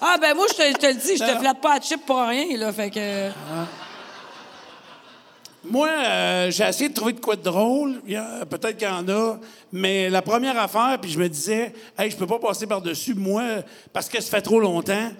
[SPEAKER 4] Ah, ben, moi, je te, je te le dis, je
[SPEAKER 3] Non,
[SPEAKER 4] te
[SPEAKER 3] non.
[SPEAKER 4] flatte pas à chip pour rien, là. Fait que.
[SPEAKER 3] Ah. Moi, euh, j'ai essayé de trouver de quoi de drôle. Il y a- Peut-être qu'il y en a. Mais la première affaire, puis je me disais, hey, je peux pas passer par-dessus, moi, parce que ça fait trop longtemps.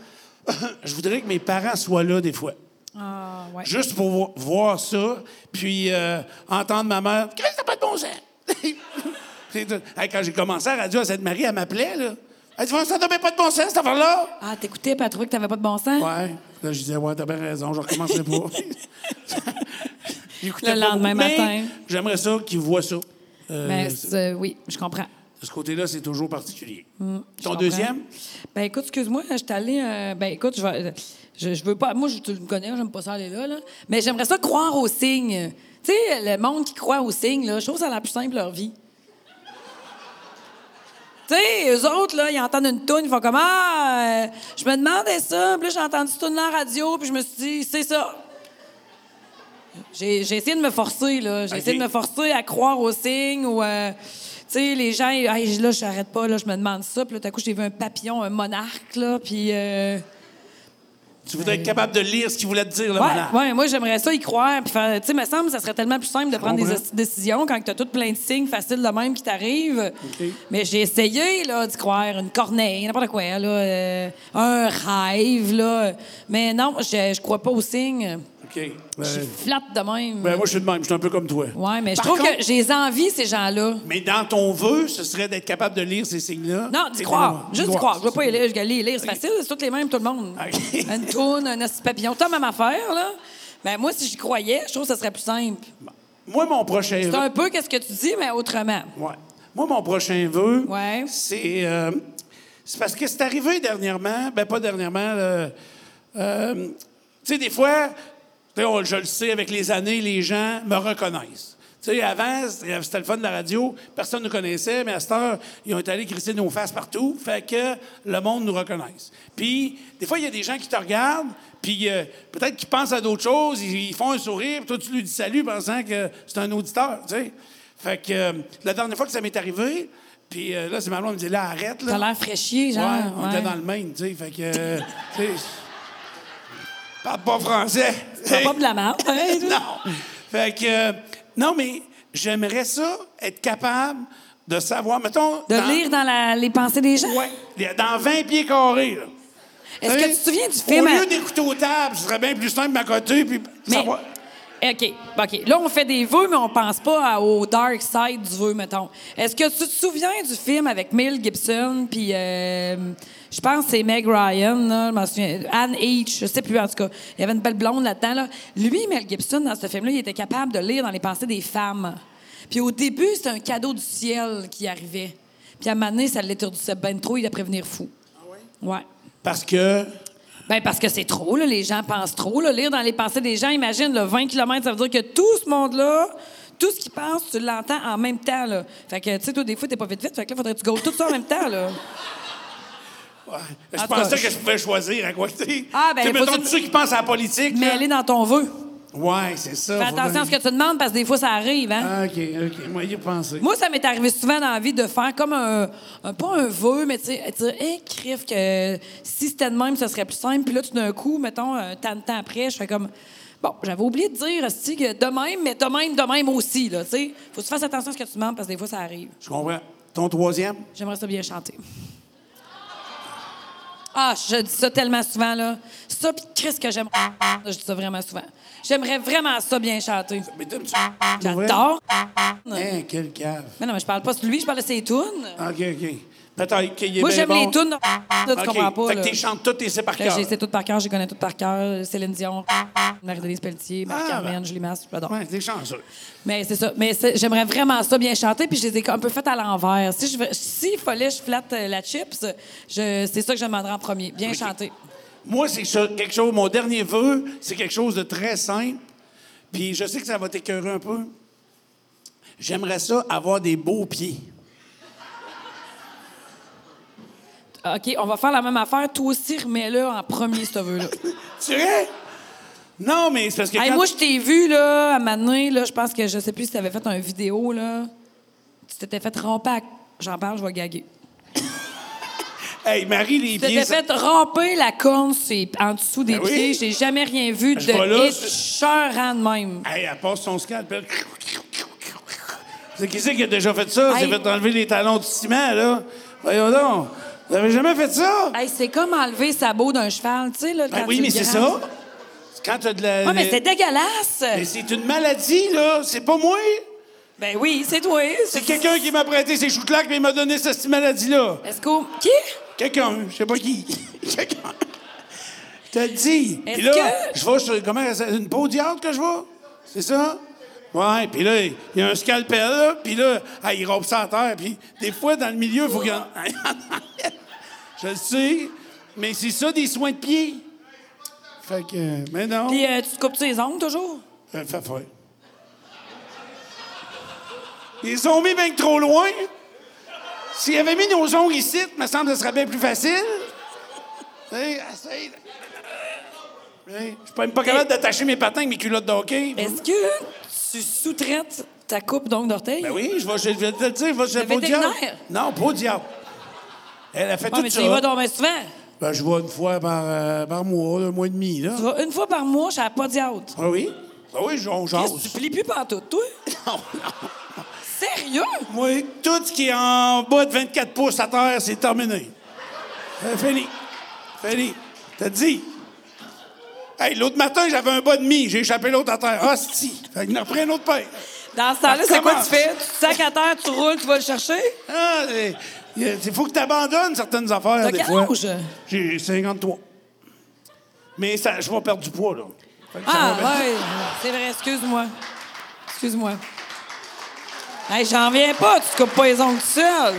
[SPEAKER 3] <laughs> je voudrais que mes parents soient là des fois.
[SPEAKER 4] Ah, ouais.
[SPEAKER 3] Juste pour vo- voir ça, puis euh, entendre ma mère. Qu'est-ce que t'as pas de bon sens? <laughs> C'est tout. Hey, quand j'ai commencé à radio à Sainte-Marie, elle m'appelait, là. Elle dit, ça n'a pas de bon sens, cette affaire-là.
[SPEAKER 4] Ah, t'écoutais, pas trouvé que t'avais pas de bon sens?
[SPEAKER 3] Ouais. Là, je disais, ouais, t'as bien raison, je recommencerai
[SPEAKER 4] <laughs>
[SPEAKER 3] pas. <laughs> J'écoutais
[SPEAKER 4] Le
[SPEAKER 3] pas
[SPEAKER 4] lendemain
[SPEAKER 3] beaucoup, mais
[SPEAKER 4] matin.
[SPEAKER 3] J'aimerais ça qu'ils voient ça. Euh,
[SPEAKER 4] Ben, c'est- oui, je comprends.
[SPEAKER 3] de ce côté-là, c'est toujours particulier.
[SPEAKER 4] Mm, Je
[SPEAKER 3] Ton
[SPEAKER 4] comprends.
[SPEAKER 3] deuxième?
[SPEAKER 4] Ben écoute, excuse-moi, je suis allée. euh, ben écoute, je, vais- je, je veux pas. Moi, je, tu me connais, j'aime pas ça aller là, là. Mais j'aimerais ça croire aux signes. Tu sais, le monde qui croit aux signes, là, je trouve que ça la plus simple leur vie. Tu sais, eux autres, là, ils entendent une toune, ils font comme Ah, euh, je me demandais ça, puis là, j'ai entendu cette toune à la radio, puis je me suis dit, c'est ça. J'ai j'ai essayé de me forcer, là. J'ai
[SPEAKER 3] Ok.
[SPEAKER 4] essayé de me forcer à croire aux signes ou. euh, tu sais, les gens, ils- Hey, là, je n'arrête pas, là, je me demande ça. Puis là, tout à coup, j'ai vu un papillon, un monarque, là, puis. euh,
[SPEAKER 3] Tu voudrais être capable de lire ce qu'il voulait te dire, là, maintenant.
[SPEAKER 4] Ouais, ouais, moi, j'aimerais ça y croire. Puis, faire- tu sais, me semble, ça serait tellement plus simple de prendre des
[SPEAKER 3] comprends.
[SPEAKER 4] hosties de décisions quand tu as tout plein de signes faciles de même qui t'arrivent. Mais j'ai essayé, là, d'y croire. Une corneille, n'importe quoi, là. euh, un rêve, là. Mais non, je, je crois pas aux signes.
[SPEAKER 3] OK. Ben,
[SPEAKER 4] Flatte de même.
[SPEAKER 3] ben, moi, je suis de même. Je suis un peu comme toi.
[SPEAKER 4] ouais, mais je
[SPEAKER 3] Par
[SPEAKER 4] trouve
[SPEAKER 3] contre-
[SPEAKER 4] que j'ai envie, ces gens-là.
[SPEAKER 3] Mais dans ton vœu, ce serait d'être capable de lire ces signes-là.
[SPEAKER 4] Non, d'y
[SPEAKER 3] Et
[SPEAKER 4] croire.
[SPEAKER 3] d'y
[SPEAKER 4] Juste d'y croire. Je vais pas y lire. Je vais aller y lire. C'est facile. C'est toutes les mêmes, tout le monde.
[SPEAKER 3] Ok.
[SPEAKER 4] Une toune, un hostie de papillon. T'as la même affaire, là. Ben, moi, si j'y croyais, je trouve que ça serait plus simple.
[SPEAKER 3] Moi, mon prochain
[SPEAKER 4] C'est
[SPEAKER 3] vœu...
[SPEAKER 4] un peu qu'est-ce que tu dis, mais autrement.
[SPEAKER 3] Ouais. Moi, mon prochain vœu,
[SPEAKER 4] Ouais.
[SPEAKER 3] c'est... euh, c'est parce que c'est arrivé dernièrement. Ben, pas dernièrement. là, euh, tu sais, des fois, tu sais, on- je le sais, avec les années, les gens me reconnaissent. Tu sais, avant, c'était c'était le fun de la radio, personne ne nous connaissait, mais à cette heure, ils ont été allés crisser nos faces partout, fait que le monde nous reconnaisse. Puis, des fois, il y a des gens qui te regardent, puis euh, peut-être qu'ils pensent à d'autres choses, ils, ils font un sourire, puis toi, tu lui dis salut pensant que c'est un auditeur, tu sais. Fait que euh, la dernière fois que ça m'est arrivé, puis euh, là, c'est ma blonde qui me dit là, arrête, là.
[SPEAKER 4] T'as l'air fraîchier, genre.
[SPEAKER 3] Ouais, on
[SPEAKER 4] ouais.
[SPEAKER 3] était dans le Maine, tu sais. Fait que. euh, tu sais, je parle pas français.
[SPEAKER 4] T'as pas
[SPEAKER 3] <laughs>
[SPEAKER 4] de la merde, hein, pareil, toi?
[SPEAKER 3] non. Fait que. euh, non, mais j'aimerais ça, être capable de savoir, mettons.
[SPEAKER 4] De lire dans la- les pensées des gens?
[SPEAKER 3] Ouais, dans 20 pieds carrés, là.
[SPEAKER 4] Est-ce
[SPEAKER 3] Tu
[SPEAKER 4] que
[SPEAKER 3] sais,
[SPEAKER 4] tu te souviens du film?
[SPEAKER 3] Au
[SPEAKER 4] à-
[SPEAKER 3] lieu d'écouter aux tables, ce serait bien plus simple à côté, puis
[SPEAKER 4] Mais- Eh,
[SPEAKER 3] savoir.
[SPEAKER 4] OK. OK. Là, on fait des vœux, mais on pense pas à- au dark side du vœu, mettons. Est-ce que tu te souviens du film avec Mel Gibson, puis euh, je pense que c'est Meg Ryan, là, je m'en souviens. Anne H., je sais plus, en tout cas. Il y avait une belle blonde là-dedans. Là. Lui, Mel Gibson, dans ce film-là, il était capable de lire dans les pensées des femmes. Puis au début, c'était un cadeau du ciel qui arrivait. Puis à un moment donné, ça l'étourdissait ben trop, il a prévenir fou. Ouais.
[SPEAKER 3] Parce que.
[SPEAKER 4] Ben parce que c'est trop, là, les gens pensent trop. Là, lire dans les pensées des gens, imagine, le 20 km, ça veut dire que tout ce monde-là, tout ce qu'ils pensent, tu l'entends en même temps. Là. Fait que, tu sais, toi, des fois, t'es pas vite vite, fait que là, faudrait que tu goes tout ça en même temps. Là.
[SPEAKER 3] ouais,
[SPEAKER 4] En
[SPEAKER 3] je
[SPEAKER 4] tout
[SPEAKER 3] pensais
[SPEAKER 4] cas,
[SPEAKER 3] que je pouvais choisir à côté.
[SPEAKER 4] Ah, ben,
[SPEAKER 3] Tu sais,
[SPEAKER 4] faut
[SPEAKER 3] mettons,
[SPEAKER 4] dire-
[SPEAKER 3] tous ceux qui pensent à la politique.
[SPEAKER 4] Mais
[SPEAKER 3] là.
[SPEAKER 4] aller dans ton vœu.
[SPEAKER 3] Ouais, c'est ça.
[SPEAKER 4] Fais
[SPEAKER 3] faut
[SPEAKER 4] attention à ce
[SPEAKER 3] bien-
[SPEAKER 4] que tu demandes parce que des fois, ça arrive. Hein?
[SPEAKER 3] Ah, OK, OK. Moi, y ai pensé.
[SPEAKER 4] Moi, ça m'est arrivé souvent dans la vie de faire comme un, un- pas un vœu, mais tu sais, dire, hey, crif, que si c'était de même, ce serait plus simple. Puis là, tout d'un coup, mettons, un tant de temps après, je fais comme, bon, j'avais oublié de dire, hostie, que de même, mais de même, de même aussi, là, tu sais. Faut que tu fasses attention à ce que tu demandes parce que des fois, ça arrive.
[SPEAKER 3] Je comprends. Ton troisième?
[SPEAKER 4] J'aimerais ça bien chanter. Ah, je dis ça tellement souvent, là. Ça, puis Chris, que j'aime. Je dis ça vraiment souvent. J'aimerais vraiment ça bien chanter.
[SPEAKER 3] Mais t'aimes tu
[SPEAKER 4] J'adore.
[SPEAKER 3] Hein, quel cave.
[SPEAKER 4] Mais non, mais je parle pas de lui, je parle de ses tunes.
[SPEAKER 3] OK, OK. Peut-être qu'il est
[SPEAKER 4] Moi,
[SPEAKER 3] bien
[SPEAKER 4] j'aime
[SPEAKER 3] ben bon.
[SPEAKER 4] les tunes. de- Tu
[SPEAKER 3] OK.
[SPEAKER 4] comprends pas.
[SPEAKER 3] Fait que
[SPEAKER 4] là.
[SPEAKER 3] t'es chantes toutes et c'est par
[SPEAKER 4] Fait que
[SPEAKER 3] cœur.
[SPEAKER 4] J'ai sais tout par cœur, je connais tout par cœur. Céline Dion, Marie-Denise Pelletier, Marc
[SPEAKER 3] Ah,
[SPEAKER 4] Carmen,
[SPEAKER 3] ben.
[SPEAKER 4] Julie Masse, j'adore.
[SPEAKER 3] Ouais, t'es chanceux.
[SPEAKER 4] Mais c'est ça. Mais c'est- j'aimerais vraiment ça bien chanter, puis je les ai un peu faites à l'envers. Si je veux- s'il fallait que je flatte euh, la chips, je- c'est ça que je demanderais en premier. Bien chanter.
[SPEAKER 3] Moi, c'est ça, quelque chose... Mon dernier vœu, c'est quelque chose de très simple. Puis je sais que ça va t'écœurer un peu. J'aimerais ça avoir des beaux pieds.
[SPEAKER 4] OK, on va faire la même affaire. Toi aussi, remets-le en premier, ce
[SPEAKER 3] <laughs>
[SPEAKER 4] vœu-là.
[SPEAKER 3] Tu vrai? Non, mais c'est parce que
[SPEAKER 4] Hey,
[SPEAKER 3] quand...
[SPEAKER 4] moi, je t'ai vu, là, à un moment donné, là, je pense que je sais plus si t'avais fait une vidéo, là. Tu t'étais fait romper. à- J'en parle, je vais gaguer.
[SPEAKER 3] Hey, Marie, les
[SPEAKER 4] Tu t'es
[SPEAKER 3] pieds... ça-
[SPEAKER 4] fait romper la corne c'est en dessous des
[SPEAKER 3] Ben oui.
[SPEAKER 4] pieds. J'ai jamais rien vu de
[SPEAKER 3] Je vois là,
[SPEAKER 4] écœurant de même.
[SPEAKER 3] Hey, elle passe son scalpel. C'est qui c'est qui a déjà fait ça?
[SPEAKER 4] Hey.
[SPEAKER 3] C'est fait enlever les talons du ciment, là. Voyons donc. Vous avez jamais fait ça?
[SPEAKER 4] Hey, c'est comme enlever sa beau d'un cheval, tu sais, là, quand
[SPEAKER 3] Ah oui,
[SPEAKER 4] tu
[SPEAKER 3] mais
[SPEAKER 4] le
[SPEAKER 3] c'est
[SPEAKER 4] grandes.
[SPEAKER 3] ça. C'est Quand t'as de la.
[SPEAKER 4] Ouais, mais c'est dégueulasse.
[SPEAKER 3] Mais c'est une maladie, là. C'est pas moi.
[SPEAKER 4] Ben oui, c'est toi.
[SPEAKER 3] C'est quelqu'un qui m'a prêté ses choux-claques, mais il m'a donné cette petite maladie-là.
[SPEAKER 4] Est-ce qu'on... Qui?
[SPEAKER 3] Quelqu'un, je sais pas qui. <laughs> quelqu'un. Je te le dis.
[SPEAKER 4] Est-ce
[SPEAKER 3] Puis là,
[SPEAKER 4] que-
[SPEAKER 3] je vais sur. Comment elle s'appelle? Une peau d'iarde que je vais? C'est ça? Ouais, puis là, il y a un scalpel, là, puis là, ah, il rompe ça à terre, puis des fois, dans le milieu, il faut qu'il y en- <laughs> Je le sais, mais c'est ça, des soins de pied. Fait que, mais non.
[SPEAKER 4] Puis euh, tu te coupes tes ongles, toujours?
[SPEAKER 3] Euh, fait faire. Ils ont mis bien que trop loin. S'ils avaient mis nos ongles ici, me semble que ce serait bien plus facile. Hein, Hey, essaye. Hey, Hein, Je suis même pas capable d'attacher mes patins avec mes culottes de hockey.
[SPEAKER 4] Est-ce que tu sous-traites ta coupe d'ongles d'orteil?
[SPEAKER 3] Ben oui, je vais, je vais te le dire, je vais chez
[SPEAKER 4] Le
[SPEAKER 3] le pot de diable.
[SPEAKER 4] vétérinaire?
[SPEAKER 3] Non, pas au diable. Elle a fait
[SPEAKER 4] Ouais,
[SPEAKER 3] tout
[SPEAKER 4] Ah, mais tu
[SPEAKER 3] ça.
[SPEAKER 4] y vas donc bien souvent.
[SPEAKER 3] Ben, je vois une fois par, euh, par mois, un mois et demi, là.
[SPEAKER 4] Une fois par mois, je savais pas d'y out.
[SPEAKER 3] Ah oui? Ah oui, on jase.
[SPEAKER 4] Qu'est-ce que tu plies plus
[SPEAKER 3] <laughs>
[SPEAKER 4] pantoute, toi? Sérieux?
[SPEAKER 3] Moi, tout ce qui est en bas de 24 pouces à terre, c'est terminé. Euh, fini. Fini. T'as dit? Hey, l'autre matin, j'avais un bas de demi. J'ai échappé l'autre à terre. Hostie. Fait que j'en reprends un autre paire.
[SPEAKER 4] Dans ce temps-là,
[SPEAKER 3] Ça
[SPEAKER 4] c'est quoi
[SPEAKER 3] commence.
[SPEAKER 4] que tu fais? Tu te sacs à terre, tu roules, tu vas le chercher?
[SPEAKER 3] Ah, il faut que tu abandonnes certaines affaires.
[SPEAKER 4] T'as
[SPEAKER 3] des
[SPEAKER 4] quel
[SPEAKER 3] fois.
[SPEAKER 4] âge?
[SPEAKER 3] J'ai 53. Mais ça, je vais perdre du poids, là. Fait que ça
[SPEAKER 4] Ah,
[SPEAKER 3] va bien.
[SPEAKER 4] ouais. C'est vrai, excuse-moi. Excuse-moi. Hey, j'en viens pas, tu te coupes pas les ongles tout seul.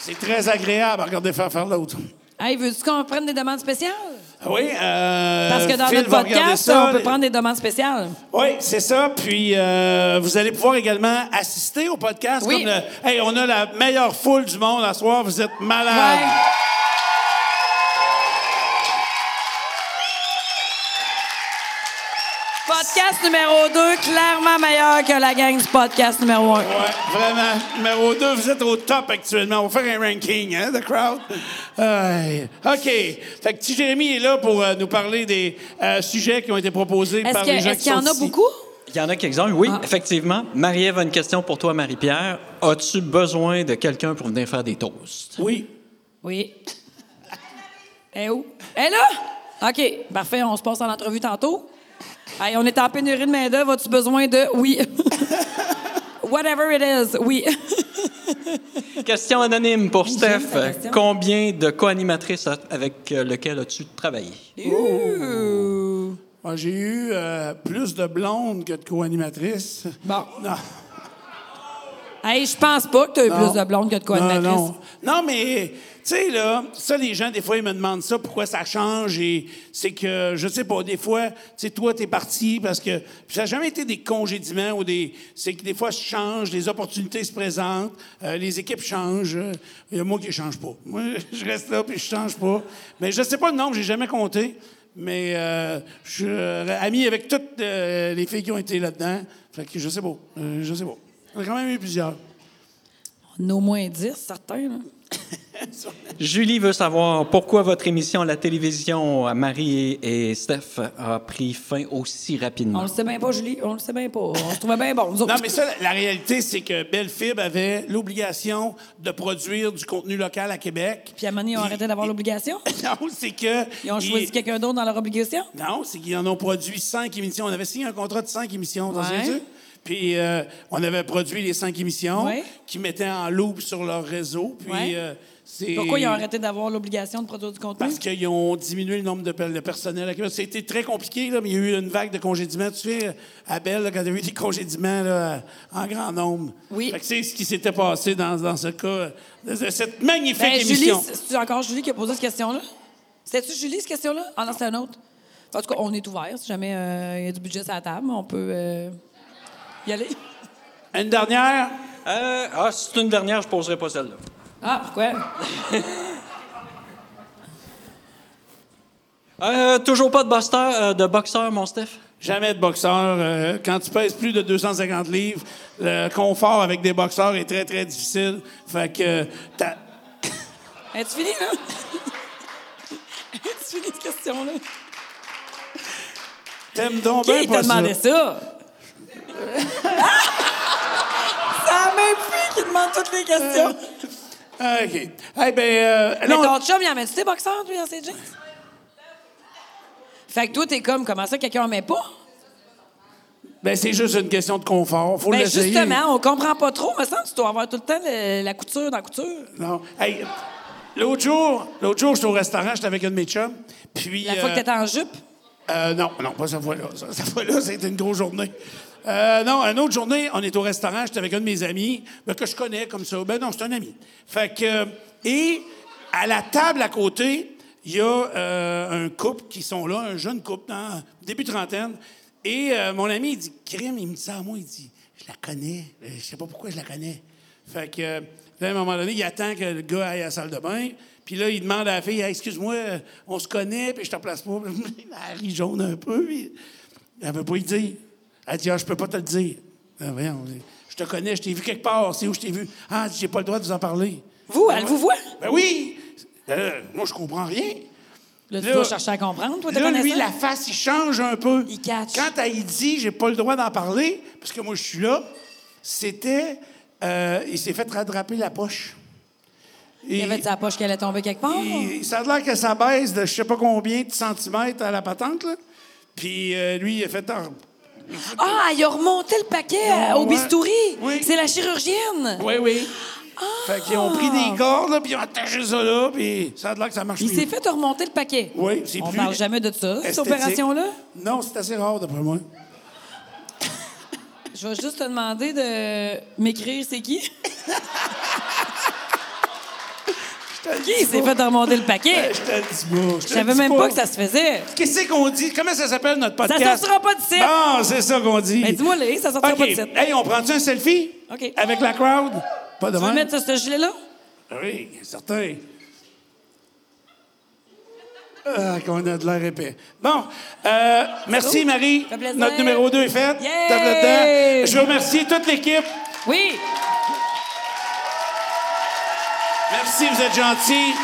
[SPEAKER 3] C'est très agréable à regarder faire faire l'autre.
[SPEAKER 4] Hey, veux-tu qu'on prenne des demandes spéciales?
[SPEAKER 3] Ah Oui, euh,
[SPEAKER 4] Parce que dans
[SPEAKER 3] Phil
[SPEAKER 4] notre
[SPEAKER 3] va regarder
[SPEAKER 4] podcast,
[SPEAKER 3] ça,
[SPEAKER 4] on peut
[SPEAKER 3] les-
[SPEAKER 4] prendre des demandes spéciales.
[SPEAKER 3] Oui, c'est ça. Puis euh, vous allez pouvoir également assister au podcast.
[SPEAKER 4] Oui.
[SPEAKER 3] Comme le- hey, on a la meilleure foule du monde à soir. Vous êtes malades.
[SPEAKER 4] Ouais. Podcast numéro 2, clairement meilleur que la gang du podcast numéro 1.
[SPEAKER 3] Ouais, vraiment. Numéro 2, vous êtes au top actuellement. On va faire un ranking, hein, The Crowd? Aïe. OK. Fait que petit Jérémy est là pour euh, nous parler des euh, sujets qui ont été proposés
[SPEAKER 4] Est-ce
[SPEAKER 3] par
[SPEAKER 4] que-
[SPEAKER 3] les gens
[SPEAKER 4] est-ce
[SPEAKER 3] qui
[SPEAKER 4] qu'il y
[SPEAKER 3] sont
[SPEAKER 4] en a
[SPEAKER 3] ici.
[SPEAKER 4] beaucoup?
[SPEAKER 5] Il y en a quelques-uns, oui,
[SPEAKER 4] Ah.
[SPEAKER 5] effectivement. Marie-Ève a une question pour toi, Marie-Pierre. As-tu besoin de quelqu'un pour venir faire des toasts?
[SPEAKER 3] Oui.
[SPEAKER 4] Oui. Eh où? Eh là? OK, parfait, on se passe en entrevue tantôt. Hey, on est en pénurie de main-d'œuvre. As-tu besoin de. Oui. <laughs> Whatever it is, oui.
[SPEAKER 5] Question anonyme pour Steph.
[SPEAKER 4] j'aime ta question.
[SPEAKER 5] Combien de co-animatrices a- avec euh, lequel as-tu travaillé?
[SPEAKER 4] Ouh.
[SPEAKER 3] Moi, J'ai eu euh, plus de blondes que de co-animatrices.
[SPEAKER 4] Bon.
[SPEAKER 3] <laughs> Non.
[SPEAKER 4] Hey, je pense pas que tu as eu
[SPEAKER 3] Non.
[SPEAKER 4] plus de blondes que de quoi
[SPEAKER 3] Non, non. Non, mais, tu sais, là, ça, les gens, des fois, ils me demandent ça, pourquoi ça change. Et c'est que, je sais pas, des fois, tu sais, toi, t'es parti parce que. puis ça n'a jamais été des congédiements ou des. C'est que des fois, ça change, les opportunités se présentent, euh, les équipes changent. Euh, Il y a moi qui ne change pas. Moi, je reste là puis je change pas. Mais je sais pas le nombre, j'ai jamais compté. Mais euh, je suis euh, ami avec toutes euh, les filles qui ont été là-dedans. Fait que je sais pas. Euh, je sais pas. J'en ai quand même eu plusieurs.
[SPEAKER 4] On a au moins 10, certains. là.
[SPEAKER 5] Julie veut savoir pourquoi votre émission à la télévision à Marie et et Steph a pris fin aussi
[SPEAKER 4] On
[SPEAKER 5] rapidement.
[SPEAKER 4] le sait bien pas, Julie. On le sait bien pas. On se trouvait bien bon. nous autres.
[SPEAKER 3] Non, mais ça, la- la réalité, c'est que Bellefib avait l'obligation de produire du contenu local à Québec. <laughs>
[SPEAKER 4] Puis à un moment donné, ils ont arrêté d'avoir l'obligation.
[SPEAKER 3] Non, c'est que.
[SPEAKER 4] Ils ont choisi
[SPEAKER 3] ils-
[SPEAKER 4] quelqu'un d'autre dans leur obligation.
[SPEAKER 3] Non, c'est qu'ils en ont produit cinq émissions. On avait signé un contrat de cinq émissions, t'en
[SPEAKER 4] Ouais.
[SPEAKER 3] souviens-tu? Puis euh, on avait produit les cinq émissions
[SPEAKER 4] Ouais.
[SPEAKER 3] qui mettaient en loop sur leur réseau. Puis
[SPEAKER 4] Ouais.
[SPEAKER 3] euh, c'est.
[SPEAKER 4] Pourquoi ils ont arrêté d'avoir l'obligation de produire du contenu?
[SPEAKER 3] Parce qu'ils ont diminué le nombre de, pe- de personnel. à Québec. C'était très compliqué, là, mais il y a eu une vague de congédiements. Tu sais, à Belle, là, quand il y a eu des congédiements là, en grand nombre.
[SPEAKER 4] Oui.
[SPEAKER 3] Fait que c'est ce qui s'était passé dans, dans ce cas, de, de cette magnifique
[SPEAKER 4] Ben, Julie,
[SPEAKER 3] émission.
[SPEAKER 4] c'est c'est encore Julie qui a posé cette question-là? C'était-tu Julie, cette question-là? Ah non, c'est un autre. En tout cas, on est ouvert. Si jamais euh, il y a du budget sur la table, on peut euh, y aller.
[SPEAKER 3] Une dernière.
[SPEAKER 5] Euh, ah, c'est une dernière, je poserai pas celle-là.
[SPEAKER 4] Ah, pourquoi?
[SPEAKER 5] Euh, toujours pas de, boxeur, euh, de boxeur, mon Steph?
[SPEAKER 3] Jamais de boxeur. euh, quand tu pèses plus de 250 livres, le confort avec des boxeurs est très, très difficile. Fait que euh, t'as-
[SPEAKER 4] Es-tu fini, Ben, là? <laughs> Es-tu fini, cette question-là?
[SPEAKER 3] t'aimes donc bien
[SPEAKER 4] Qui
[SPEAKER 3] pas
[SPEAKER 4] t'a
[SPEAKER 3] ça.
[SPEAKER 4] demandé ça? <laughs> c'est la même fille qui demande toutes les questions.
[SPEAKER 3] Ah, OK. Eh ben, euh,
[SPEAKER 4] Mais
[SPEAKER 3] non,
[SPEAKER 4] ton chum, il en met-tu des boxeurs, lui, dans ses jeans? Fait que toi, t'es comme, comment ça, quelqu'un en met pas?
[SPEAKER 3] ben, c'est juste une question de confort. Faut
[SPEAKER 4] Ben
[SPEAKER 3] l'essayer.
[SPEAKER 4] justement, on comprend pas trop. Mais ça, tu dois avoir tout le temps le- la couture dans la couture.
[SPEAKER 3] Non. Hey, l'autre jour, l'autre jour, j'étais au restaurant, j'étais avec un de mes chums. Puis.
[SPEAKER 4] La fois
[SPEAKER 3] euh,
[SPEAKER 4] que t'étais en jupe.
[SPEAKER 3] euh, non, non, pas cette fois-là. Ça, Cette fois-là, <laughs> c'était une grosse journée. Euh, non, une autre journée, on est au restaurant, j'étais avec un de mes amis, ben, que je connais comme ça. Ben non, c'est un ami. Fait que. euh, Et à la table à côté, il y a euh, un couple qui sont là, un jeune couple, dans début trentaine. Et euh, mon ami, il dit Crime, il me dit ça à moi, il dit Je la connais, Euh, je sais pas pourquoi je la connais. Fait que, euh, là, à un moment donné, il attend que le gars aille à la salle de bain. Puis là, il demande à la fille, Hey, excuse-moi, euh, on se connaît, puis je te place pas. <laughs> elle rit jaune un peu, puis elle veut pas y dire. Elle dit, ah, je peux pas te le dire. Ah, voyons, je te connais, je t'ai vu quelque part, c'est où je t'ai vu. Ah, elle dit, j'ai pas le droit de vous en parler.
[SPEAKER 4] Vous, elle vous voit?
[SPEAKER 3] Ben oui! Euh, moi, je comprends rien.
[SPEAKER 4] Là, tu
[SPEAKER 3] Là-
[SPEAKER 4] dois chercher à comprendre, toi, t'es
[SPEAKER 3] Là, lui,
[SPEAKER 4] connaissant.
[SPEAKER 3] la face, il change un peu.
[SPEAKER 4] Il catch.
[SPEAKER 3] Quand elle y dit, j'ai pas le droit d'en parler, parce que moi, je suis là, c'était. euh, il s'est fait rattraper la poche. Et-
[SPEAKER 4] Il y avait de sa poche qu'elle allait tomber quelque part.
[SPEAKER 3] et ça a l'air que ça baisse de je sais pas combien de centimètres à la patente, là. Puis euh, lui, il a fait. un-
[SPEAKER 4] Ah, il a remonté le paquet euh, au
[SPEAKER 3] ouais.
[SPEAKER 4] bistouri.
[SPEAKER 3] Oui.
[SPEAKER 4] C'est la chirurgienne.
[SPEAKER 3] <gasps> Oui, oui. <gasps> Fait qu'ils ont pris des cordes, là, puis ils ont attaché ça là, puis ça a l'air que ça marche
[SPEAKER 4] Ah! Il
[SPEAKER 3] mieux.
[SPEAKER 4] s'est fait remonter le paquet.
[SPEAKER 3] Oui, c'est
[SPEAKER 4] On
[SPEAKER 3] plus
[SPEAKER 4] parle jamais de ça, cette
[SPEAKER 3] esthétique.
[SPEAKER 4] opération-là.
[SPEAKER 3] Non, c'est assez rare, d'après moi.
[SPEAKER 4] Je vais juste te demander de m'écrire c'est qui. <laughs> qui il s'est fait remonter le paquet?
[SPEAKER 3] Ben, Je te le dis pas.
[SPEAKER 4] Je savais même pas que ça se faisait.
[SPEAKER 3] Qu'est-ce qu'on dit? Comment ça s'appelle notre podcast?
[SPEAKER 4] sortira pas d'ici.
[SPEAKER 3] Ah, c'est ça qu'on dit.
[SPEAKER 4] Mais dis-moi, là, ça sortira
[SPEAKER 3] OK.
[SPEAKER 4] pas de site.
[SPEAKER 3] Hey, on prend-tu un selfie?
[SPEAKER 4] OK.
[SPEAKER 3] Avec la crowd? Pas de
[SPEAKER 4] Tu veux
[SPEAKER 3] mal.
[SPEAKER 4] mettre ça, ce gilet-là?
[SPEAKER 3] Oui, certain. Ah, qu'on a de l'air épais. Bon, euh, merci Marie.
[SPEAKER 4] fait plaisir.
[SPEAKER 3] Notre numéro 2 est fait.
[SPEAKER 4] Yeah!
[SPEAKER 3] Tape le temps. Je remercie toute l'équipe.
[SPEAKER 4] Oui!
[SPEAKER 3] Merci, vous êtes gentils.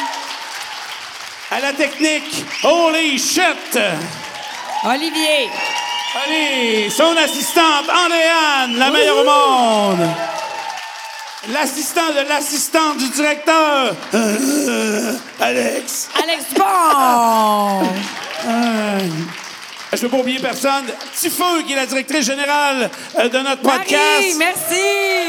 [SPEAKER 3] À la technique, holy shit!
[SPEAKER 4] Olivier!
[SPEAKER 3] Allez, son assistante, Andréane, la meilleure au monde. L'assistant de l'assistante du directeur, euh, Alex.
[SPEAKER 4] Alex Dupont!
[SPEAKER 3] Euh, je veux pas oublier personne. Petit Feu, qui est la directrice générale euh, de notre podcast.
[SPEAKER 4] Marie, merci!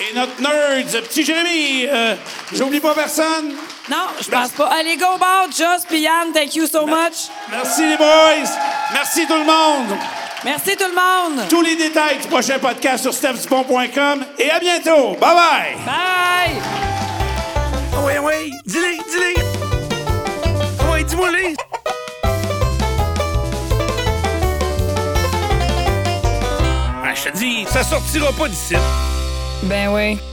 [SPEAKER 3] Et notre nerd, Petit Jérémy. Euh, J'oublie pas personne.
[SPEAKER 4] Non, je pense pas. Allez, go ball, Joss puis Yann, thank you so much.
[SPEAKER 3] Merci les boys. Merci tout le monde.
[SPEAKER 4] Merci tout le monde.
[SPEAKER 3] Tous les détails du prochain podcast sur stephsdupont.com. Et à bientôt. Bye-bye.
[SPEAKER 4] Bye!
[SPEAKER 2] Ah ouais, ah ouais, dis-le, dis-le. Ah ouais, dis-moi les. Ah, je te dis, ça sortira pas d'ici.
[SPEAKER 4] Ben oui.